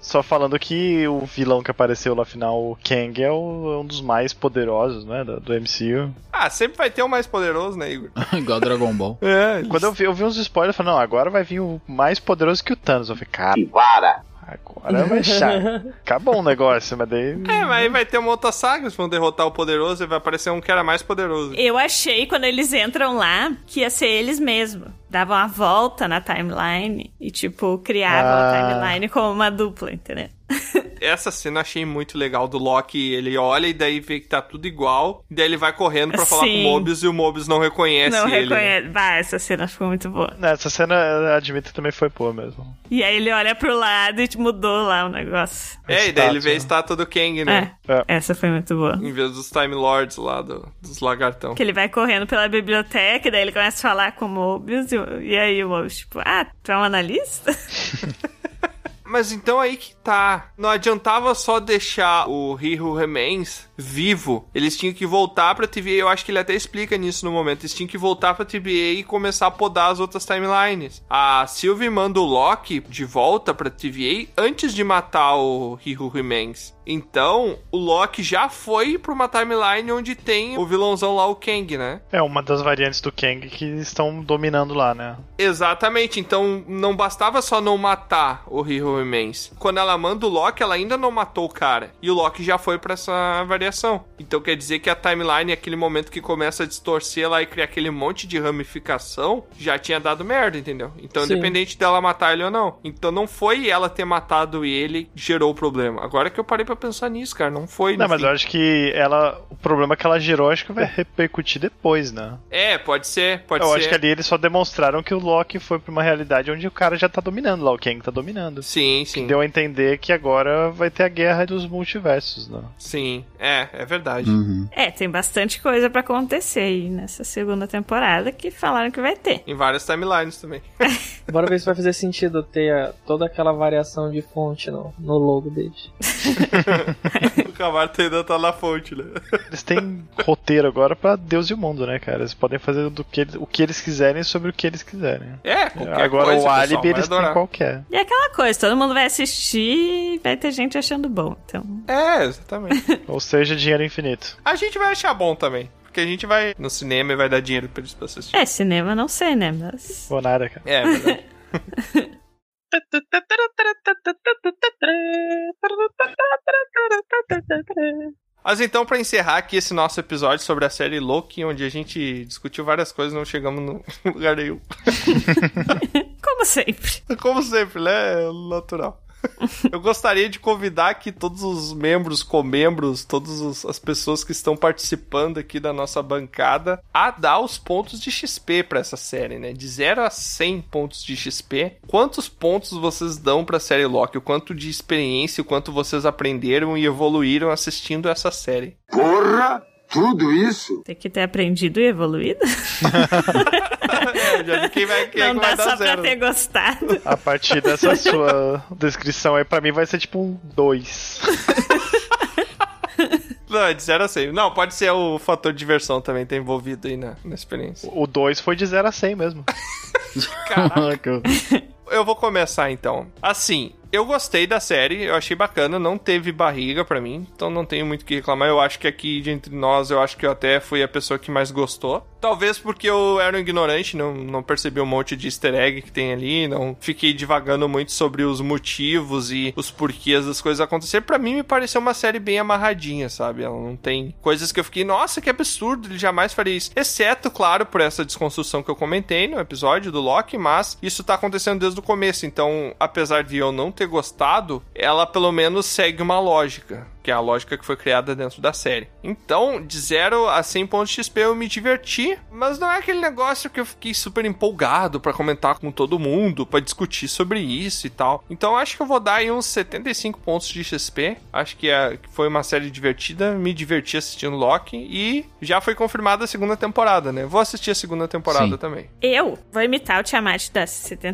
Speaker 6: Só falando que o vilão que apareceu lá afinal, o Kang, é o- é um dos mais poderosos, né, do, do MCU.
Speaker 3: Ah, sempre vai ter o mais poderoso, né, Igor?
Speaker 5: Igual Dragon Ball.
Speaker 3: É,
Speaker 6: Quando eu vi, eu vi uns spoilers, eu falei, não, agora vai vir o mais poderoso que o Thanos. Eu falei, cara, agora vai chá. Acabou o negócio, mas daí...
Speaker 3: É, mas aí vai ter uma outra saga, eles vão derrotar o poderoso e vai aparecer um que era mais poderoso.
Speaker 4: Eu achei quando eles entram lá que ia ser eles mesmos. Davam a volta na timeline e, tipo, criavam
Speaker 3: Ah.
Speaker 4: a timeline como uma dupla, entendeu?
Speaker 3: Essa cena eu achei muito legal do Loki. Ele olha e daí vê que tá tudo igual. E daí ele vai correndo pra falar com
Speaker 4: Sim.
Speaker 3: o Mobius e o Mobius não reconhece
Speaker 4: Não
Speaker 3: ele. né?
Speaker 4: reconhece. Bah, essa cena ficou muito boa.
Speaker 6: Essa cena, eu admito, também foi boa mesmo.
Speaker 4: E aí ele olha pro lado e tipo, mudou lá o negócio. É,
Speaker 3: É, e daí ele vê a estátua do Kang, né?
Speaker 4: Essa foi muito boa.
Speaker 3: Em vez dos Time Lords lá, do- dos lagartão.
Speaker 4: Que ele vai correndo pela biblioteca, e daí ele começa a falar com o Mobius, e, e aí o Mobius, tipo, ah, tu é um analista?
Speaker 3: Mas então aí que tá. Não adiantava só deixar o He Who Remains vivo. Eles tinham que voltar pra TVA. Eu acho que ele até explica nisso no momento. Eles tinham que voltar pra TVA e começar a podar as outras timelines. A Sylvie manda o Loki de volta pra TVA antes de matar o He Who Remains. Então, o Loki já foi pra uma timeline onde tem o vilãozão lá, o Kang, né?
Speaker 6: É uma das variantes do Kang que estão dominando lá, né?
Speaker 3: Exatamente, então não bastava só não matar o Hero Remains. Quando ela manda o Loki, ela ainda não matou o cara. E o Loki já foi pra essa variação. Então quer dizer que a timeline, aquele momento que começa a distorcer lá e criar aquele monte de ramificação, já tinha dado merda, entendeu? Então,
Speaker 10: Sim.
Speaker 3: independente dela matar ele ou não. Então não foi ela ter matado ele que gerou o problema. Agora que eu parei pra pensar nisso, cara, não foi. assim. no
Speaker 6: Não, mas
Speaker 3: fim.
Speaker 6: eu acho que ela. O problema é que ela gerou, acho que vai repercutir depois, né?
Speaker 3: É, pode ser, pode
Speaker 6: eu é
Speaker 3: ser.
Speaker 6: acho que ali eles só demonstraram que o Loki foi pra uma realidade onde o cara já tá dominando lá, o Kang tá dominando.
Speaker 3: Sim, Sim, sim.
Speaker 6: Deu a entender que agora vai ter a guerra dos multiversos, né?
Speaker 3: Sim, é, é verdade.
Speaker 6: Hum.
Speaker 4: É, tem bastante coisa pra acontecer aí nessa segunda temporada que falaram que vai ter.
Speaker 3: Em várias timelines também.
Speaker 7: Bora ver se vai fazer sentido ter a- toda aquela variação de fonte no, no logo deles.
Speaker 3: o cavalo ainda tá na fonte, né?
Speaker 6: Eles têm roteiro agora pra Deus e o mundo, né, cara? Eles podem fazer do que eles- o que eles quiserem sobre o que eles quiserem.
Speaker 3: É, qualquer
Speaker 6: Agora
Speaker 3: coisa,
Speaker 6: o
Speaker 3: pessoal,
Speaker 6: álibi
Speaker 3: vai
Speaker 6: eles
Speaker 3: adorar.
Speaker 6: têm qualquer.
Speaker 4: E é aquela coisa, todo mundo vai assistir e vai ter gente achando bom. Então,
Speaker 3: É, exatamente.
Speaker 6: Ou seja, dinheiro infinito.
Speaker 3: A gente vai achar bom também. Porque a gente vai no cinema e vai dar dinheiro pra eles pra assistir.
Speaker 4: é cinema, não sei, né? Mas.
Speaker 6: Ou nada, cara.
Speaker 3: É, verdade. Mas então, pra encerrar aqui esse nosso episódio sobre a série Loki, onde a gente discutiu várias coisas e não chegamos no lugar nenhum.
Speaker 4: Como sempre.
Speaker 3: Como sempre, né? É Natural. Eu gostaria de convidar aqui todos os membros, comembros, todas os- as pessoas que estão participando aqui da nossa bancada a dar os pontos de XP pra essa série, né? De 0 a 100 pontos de XP. Quantos pontos vocês dão pra série Loki? O quanto de experiência, o quanto vocês aprenderam e evoluíram assistindo essa série?
Speaker 4: Porra! Tudo isso? Tem que ter aprendido e evoluído.
Speaker 3: É, Quem vai, quem
Speaker 4: não
Speaker 3: vai
Speaker 4: dá
Speaker 3: dar
Speaker 4: só
Speaker 3: zero?
Speaker 4: pra ter gostado.
Speaker 6: A partir dessa sua descrição aí, pra mim vai ser tipo um 2.
Speaker 3: Não, é de 0 a 100. Não, pode ser o fator diversão também, tá envolvido aí na, na experiência.
Speaker 6: O 2 foi de 0 a 100 mesmo.
Speaker 5: Caraca.
Speaker 3: Eu vou começar então. Assim, eu gostei da série, eu achei bacana, não teve barriga pra mim, então não tenho muito o que reclamar. Eu acho que aqui de entre nós, eu acho que eu até fui a pessoa que mais gostou. Talvez porque eu era um ignorante, não, não percebi um monte de easter egg que tem ali, não fiquei divagando muito sobre os motivos e os porquês das coisas acontecer. Pra mim, me pareceu uma série bem amarradinha, sabe? Ela não tem coisas que eu fiquei, nossa, que absurdo, ele jamais faria isso. Exceto, claro, por essa desconstrução que eu comentei no episódio do Loki, mas isso tá acontecendo desde o começo. Então, apesar de eu não ter gostado, ela pelo menos segue uma lógica, que é a lógica que foi criada dentro da série. Então, de 0 a 100 pontos XP eu me diverti, mas não é aquele negócio que eu fiquei super empolgado pra comentar com todo mundo, pra discutir sobre isso e tal. Então, acho que eu vou dar aí uns 75 pontos de XP. Acho que é- que foi uma série divertida, me diverti assistindo Loki e já foi confirmada a segunda temporada, né? Vou assistir a segunda temporada
Speaker 5: Sim.
Speaker 3: também.
Speaker 4: Eu vou imitar o Tiamat das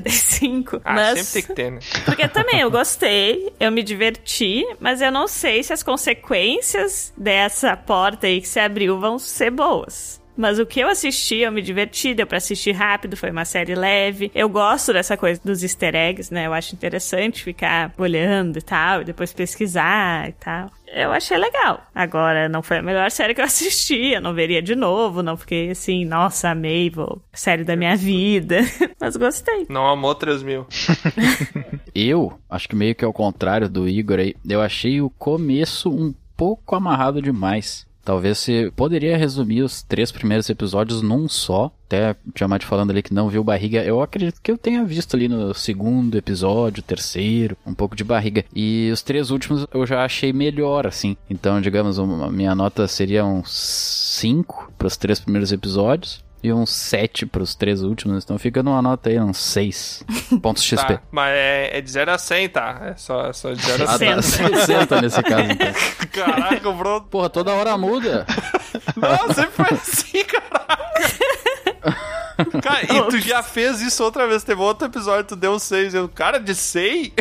Speaker 4: 75,
Speaker 3: Ah,
Speaker 4: mas...
Speaker 3: sempre tem que ter, né?
Speaker 4: Porque também eu gostei, eu me diverti, mas eu não sei se as consequências dessa porta aí que se abriu vão ser boas. Mas o que eu assisti, eu me diverti, deu pra assistir rápido, foi uma série leve. Eu gosto dessa coisa dos easter eggs, né? Eu acho interessante ficar olhando e tal, e depois pesquisar e tal. Eu achei legal. Agora, não foi a melhor série que eu assisti, eu não veria de novo, não fiquei assim, nossa, amei, vou, série da minha vida. Mas gostei.
Speaker 3: Não amou 3 mil.
Speaker 5: Eu, acho que meio que ao contrário do Igor aí, eu achei o começo um pouco amarrado demais. Talvez se poderia resumir os três primeiros episódios num só. Até o Tiamat falando ali que não viu barriga. Eu acredito que eu tenha visto ali no segundo episódio, terceiro, um pouco de barriga. E os três últimos eu já achei melhor, assim. Então, digamos, uma- a minha nota seria uns 5 para os três primeiros episódios. E uns 7 para os três últimos. Então fica numa nota aí, uns 6 pontos XP.
Speaker 3: Tá, mas é, é de 0 a 100, tá? É só, é só de 0 a
Speaker 5: Ah,
Speaker 3: 100.
Speaker 5: tá. 60 nesse caso, então.
Speaker 3: Caraca, o Bruno.
Speaker 5: Porra, toda hora muda.
Speaker 3: Não, sempre foi assim, caraca. Cara, e tu já fez isso outra vez. Teve outro episódio, tu deu 6. Eu, cara, de 100?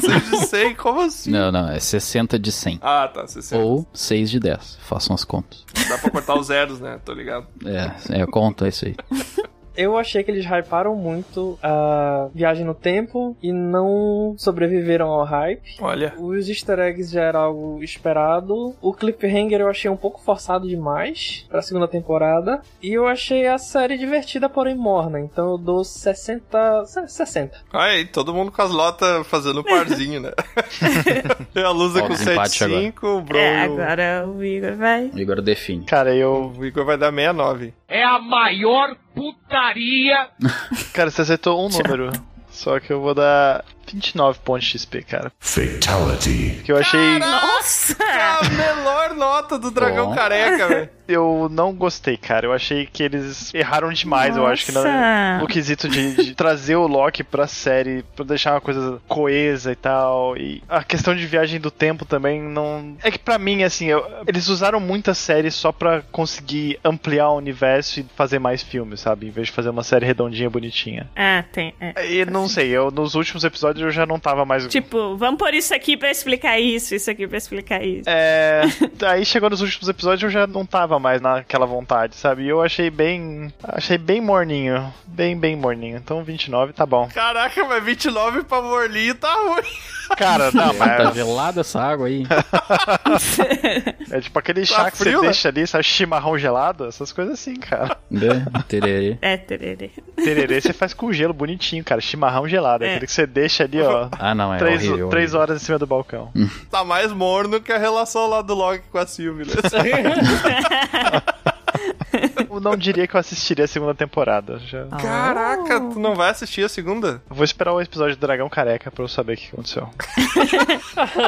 Speaker 3: 6 de 100? Como assim?
Speaker 5: Não, não, é 60 de 100.
Speaker 3: Ah, tá, 60.
Speaker 5: Ou 6 de 10. Façam as contas.
Speaker 3: Dá pra cortar os zeros, né? Tô ligado.
Speaker 5: É, é conta isso aí.
Speaker 7: Eu achei que eles hyparam muito a viagem no tempo e não sobreviveram ao hype.
Speaker 3: Olha.
Speaker 7: Os easter eggs já era algo esperado. O cliffhanger eu achei um pouco forçado demais pra segunda temporada. E eu achei a série divertida, porém morna. Então eu dou 60. 60.
Speaker 3: Aí, todo mundo com as lotas fazendo um parzinho, né? a Lusa
Speaker 5: Ó,
Speaker 3: com
Speaker 5: desempate
Speaker 3: 7,5, o Bruno.
Speaker 4: É, agora o Igor vai.
Speaker 5: Igor define.
Speaker 6: Cara, eu.
Speaker 3: O Igor vai dar 69.
Speaker 2: É a maior putaria.
Speaker 6: Cara, você acertou um número. Só que eu vou dar 29 pontos de XP, cara.
Speaker 15: Fatality.
Speaker 6: Que eu achei.
Speaker 4: Nossa!
Speaker 3: A melhor nota do Dragão
Speaker 6: Bom.
Speaker 3: Careca, velho.
Speaker 6: Eu não gostei, cara. Eu achei que eles erraram demais, eu acho que
Speaker 4: Nossa.
Speaker 6: na- no quesito de, de trazer o Loki pra série, pra deixar uma coisa coesa e tal. E a questão de viagem do tempo também não. É que pra mim, assim, eu- eles usaram muita série só pra conseguir ampliar o universo e fazer mais filmes, sabe? Em vez de fazer uma série redondinha, bonitinha.
Speaker 4: Ah, tem. é.
Speaker 6: E não sei, eu nos últimos episódios eu já não tava mais.
Speaker 4: Tipo, vamos pôr isso aqui pra explicar isso, isso aqui pra explicar isso.
Speaker 6: É. Aí chegou nos últimos episódios eu já não tava mais naquela vontade, sabe? E eu achei bem. Achei bem morninho. Bem, bem morninho. Então 29 tá bom.
Speaker 3: Caraca, mas 29 pra Morlinho tá ruim.
Speaker 6: Cara, não, mas-
Speaker 5: Tá gelada essa água aí.
Speaker 6: É tipo aquele
Speaker 5: Tá
Speaker 6: chá que
Speaker 5: frio,
Speaker 6: você
Speaker 5: né?
Speaker 6: deixa ali, sabe? Chimarrão gelado, essas coisas assim, cara.
Speaker 5: Né? Tererê.
Speaker 4: É, tererê.
Speaker 6: Tererê você faz com gelo bonitinho, cara. Chimarrão gelado. É.
Speaker 3: É.
Speaker 6: Aquele que você deixa ali, ó.
Speaker 5: Ah, não, é
Speaker 6: três,
Speaker 5: horrível, Uhum.
Speaker 6: três
Speaker 5: horrível.
Speaker 6: horas em cima do balcão.
Speaker 3: Tá mais morno que a relação lá do Loki com a Sylvie. né?
Speaker 6: eu não diria que eu assistiria a segunda temporada. Já...
Speaker 3: Ah. Caraca, tu não vai assistir a segunda?
Speaker 6: Vou esperar o episódio do Dragão Careca pra eu saber o que aconteceu.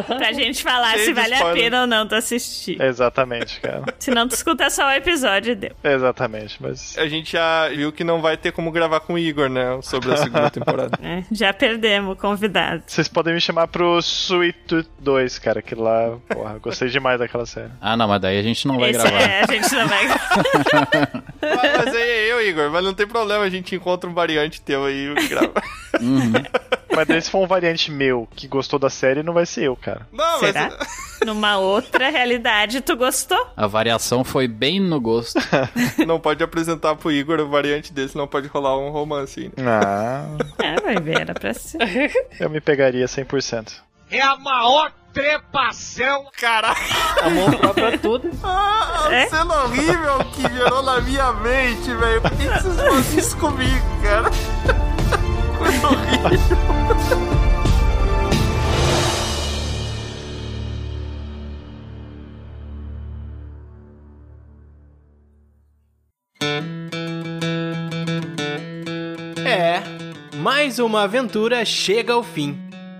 Speaker 4: pra gente falar
Speaker 3: Cheio
Speaker 4: se
Speaker 3: de
Speaker 4: vale a
Speaker 3: spoiler.
Speaker 4: pena ou não tu assistir.
Speaker 6: É. Exatamente, cara.
Speaker 4: Se não, tu escuta só o episódio e deu.
Speaker 6: Exatamente, mas.
Speaker 3: A gente já viu que não vai ter como gravar com o Igor, né? Sobre a segunda temporada.
Speaker 4: É, já perdemos o convidado.
Speaker 6: Vocês podem me chamar pro Sweet Tooth 2, cara, que lá, porra, gostei demais daquela série.
Speaker 5: Ah, não, mas daí a gente não vai
Speaker 4: Esse
Speaker 5: gravar.
Speaker 4: é, a gente não vai
Speaker 3: Ah, mas aí é eu, Igor. Mas não tem problema, a gente encontra um variante teu aí e grava.
Speaker 6: Mas daí se for um variante meu que gostou da série, não vai ser eu, cara.
Speaker 3: Não,
Speaker 4: Será? Numa outra realidade, tu gostou?
Speaker 5: A variação foi bem no gosto.
Speaker 3: Não pode apresentar pro Igor o variante desse, não pode rolar um romance aí.
Speaker 6: Ah.
Speaker 4: É, vai ver, era pra ser.
Speaker 6: Eu me pegaria 100%.
Speaker 3: É a maior trepação! Caraca!
Speaker 7: Amor dá pra tudo.
Speaker 3: Ah,
Speaker 7: É?
Speaker 3: cena horrível que gerou na minha mente, velho. Por que que vocês vão isso comigo, cara? Coisa horrível.
Speaker 1: É, mais uma aventura chega ao fim.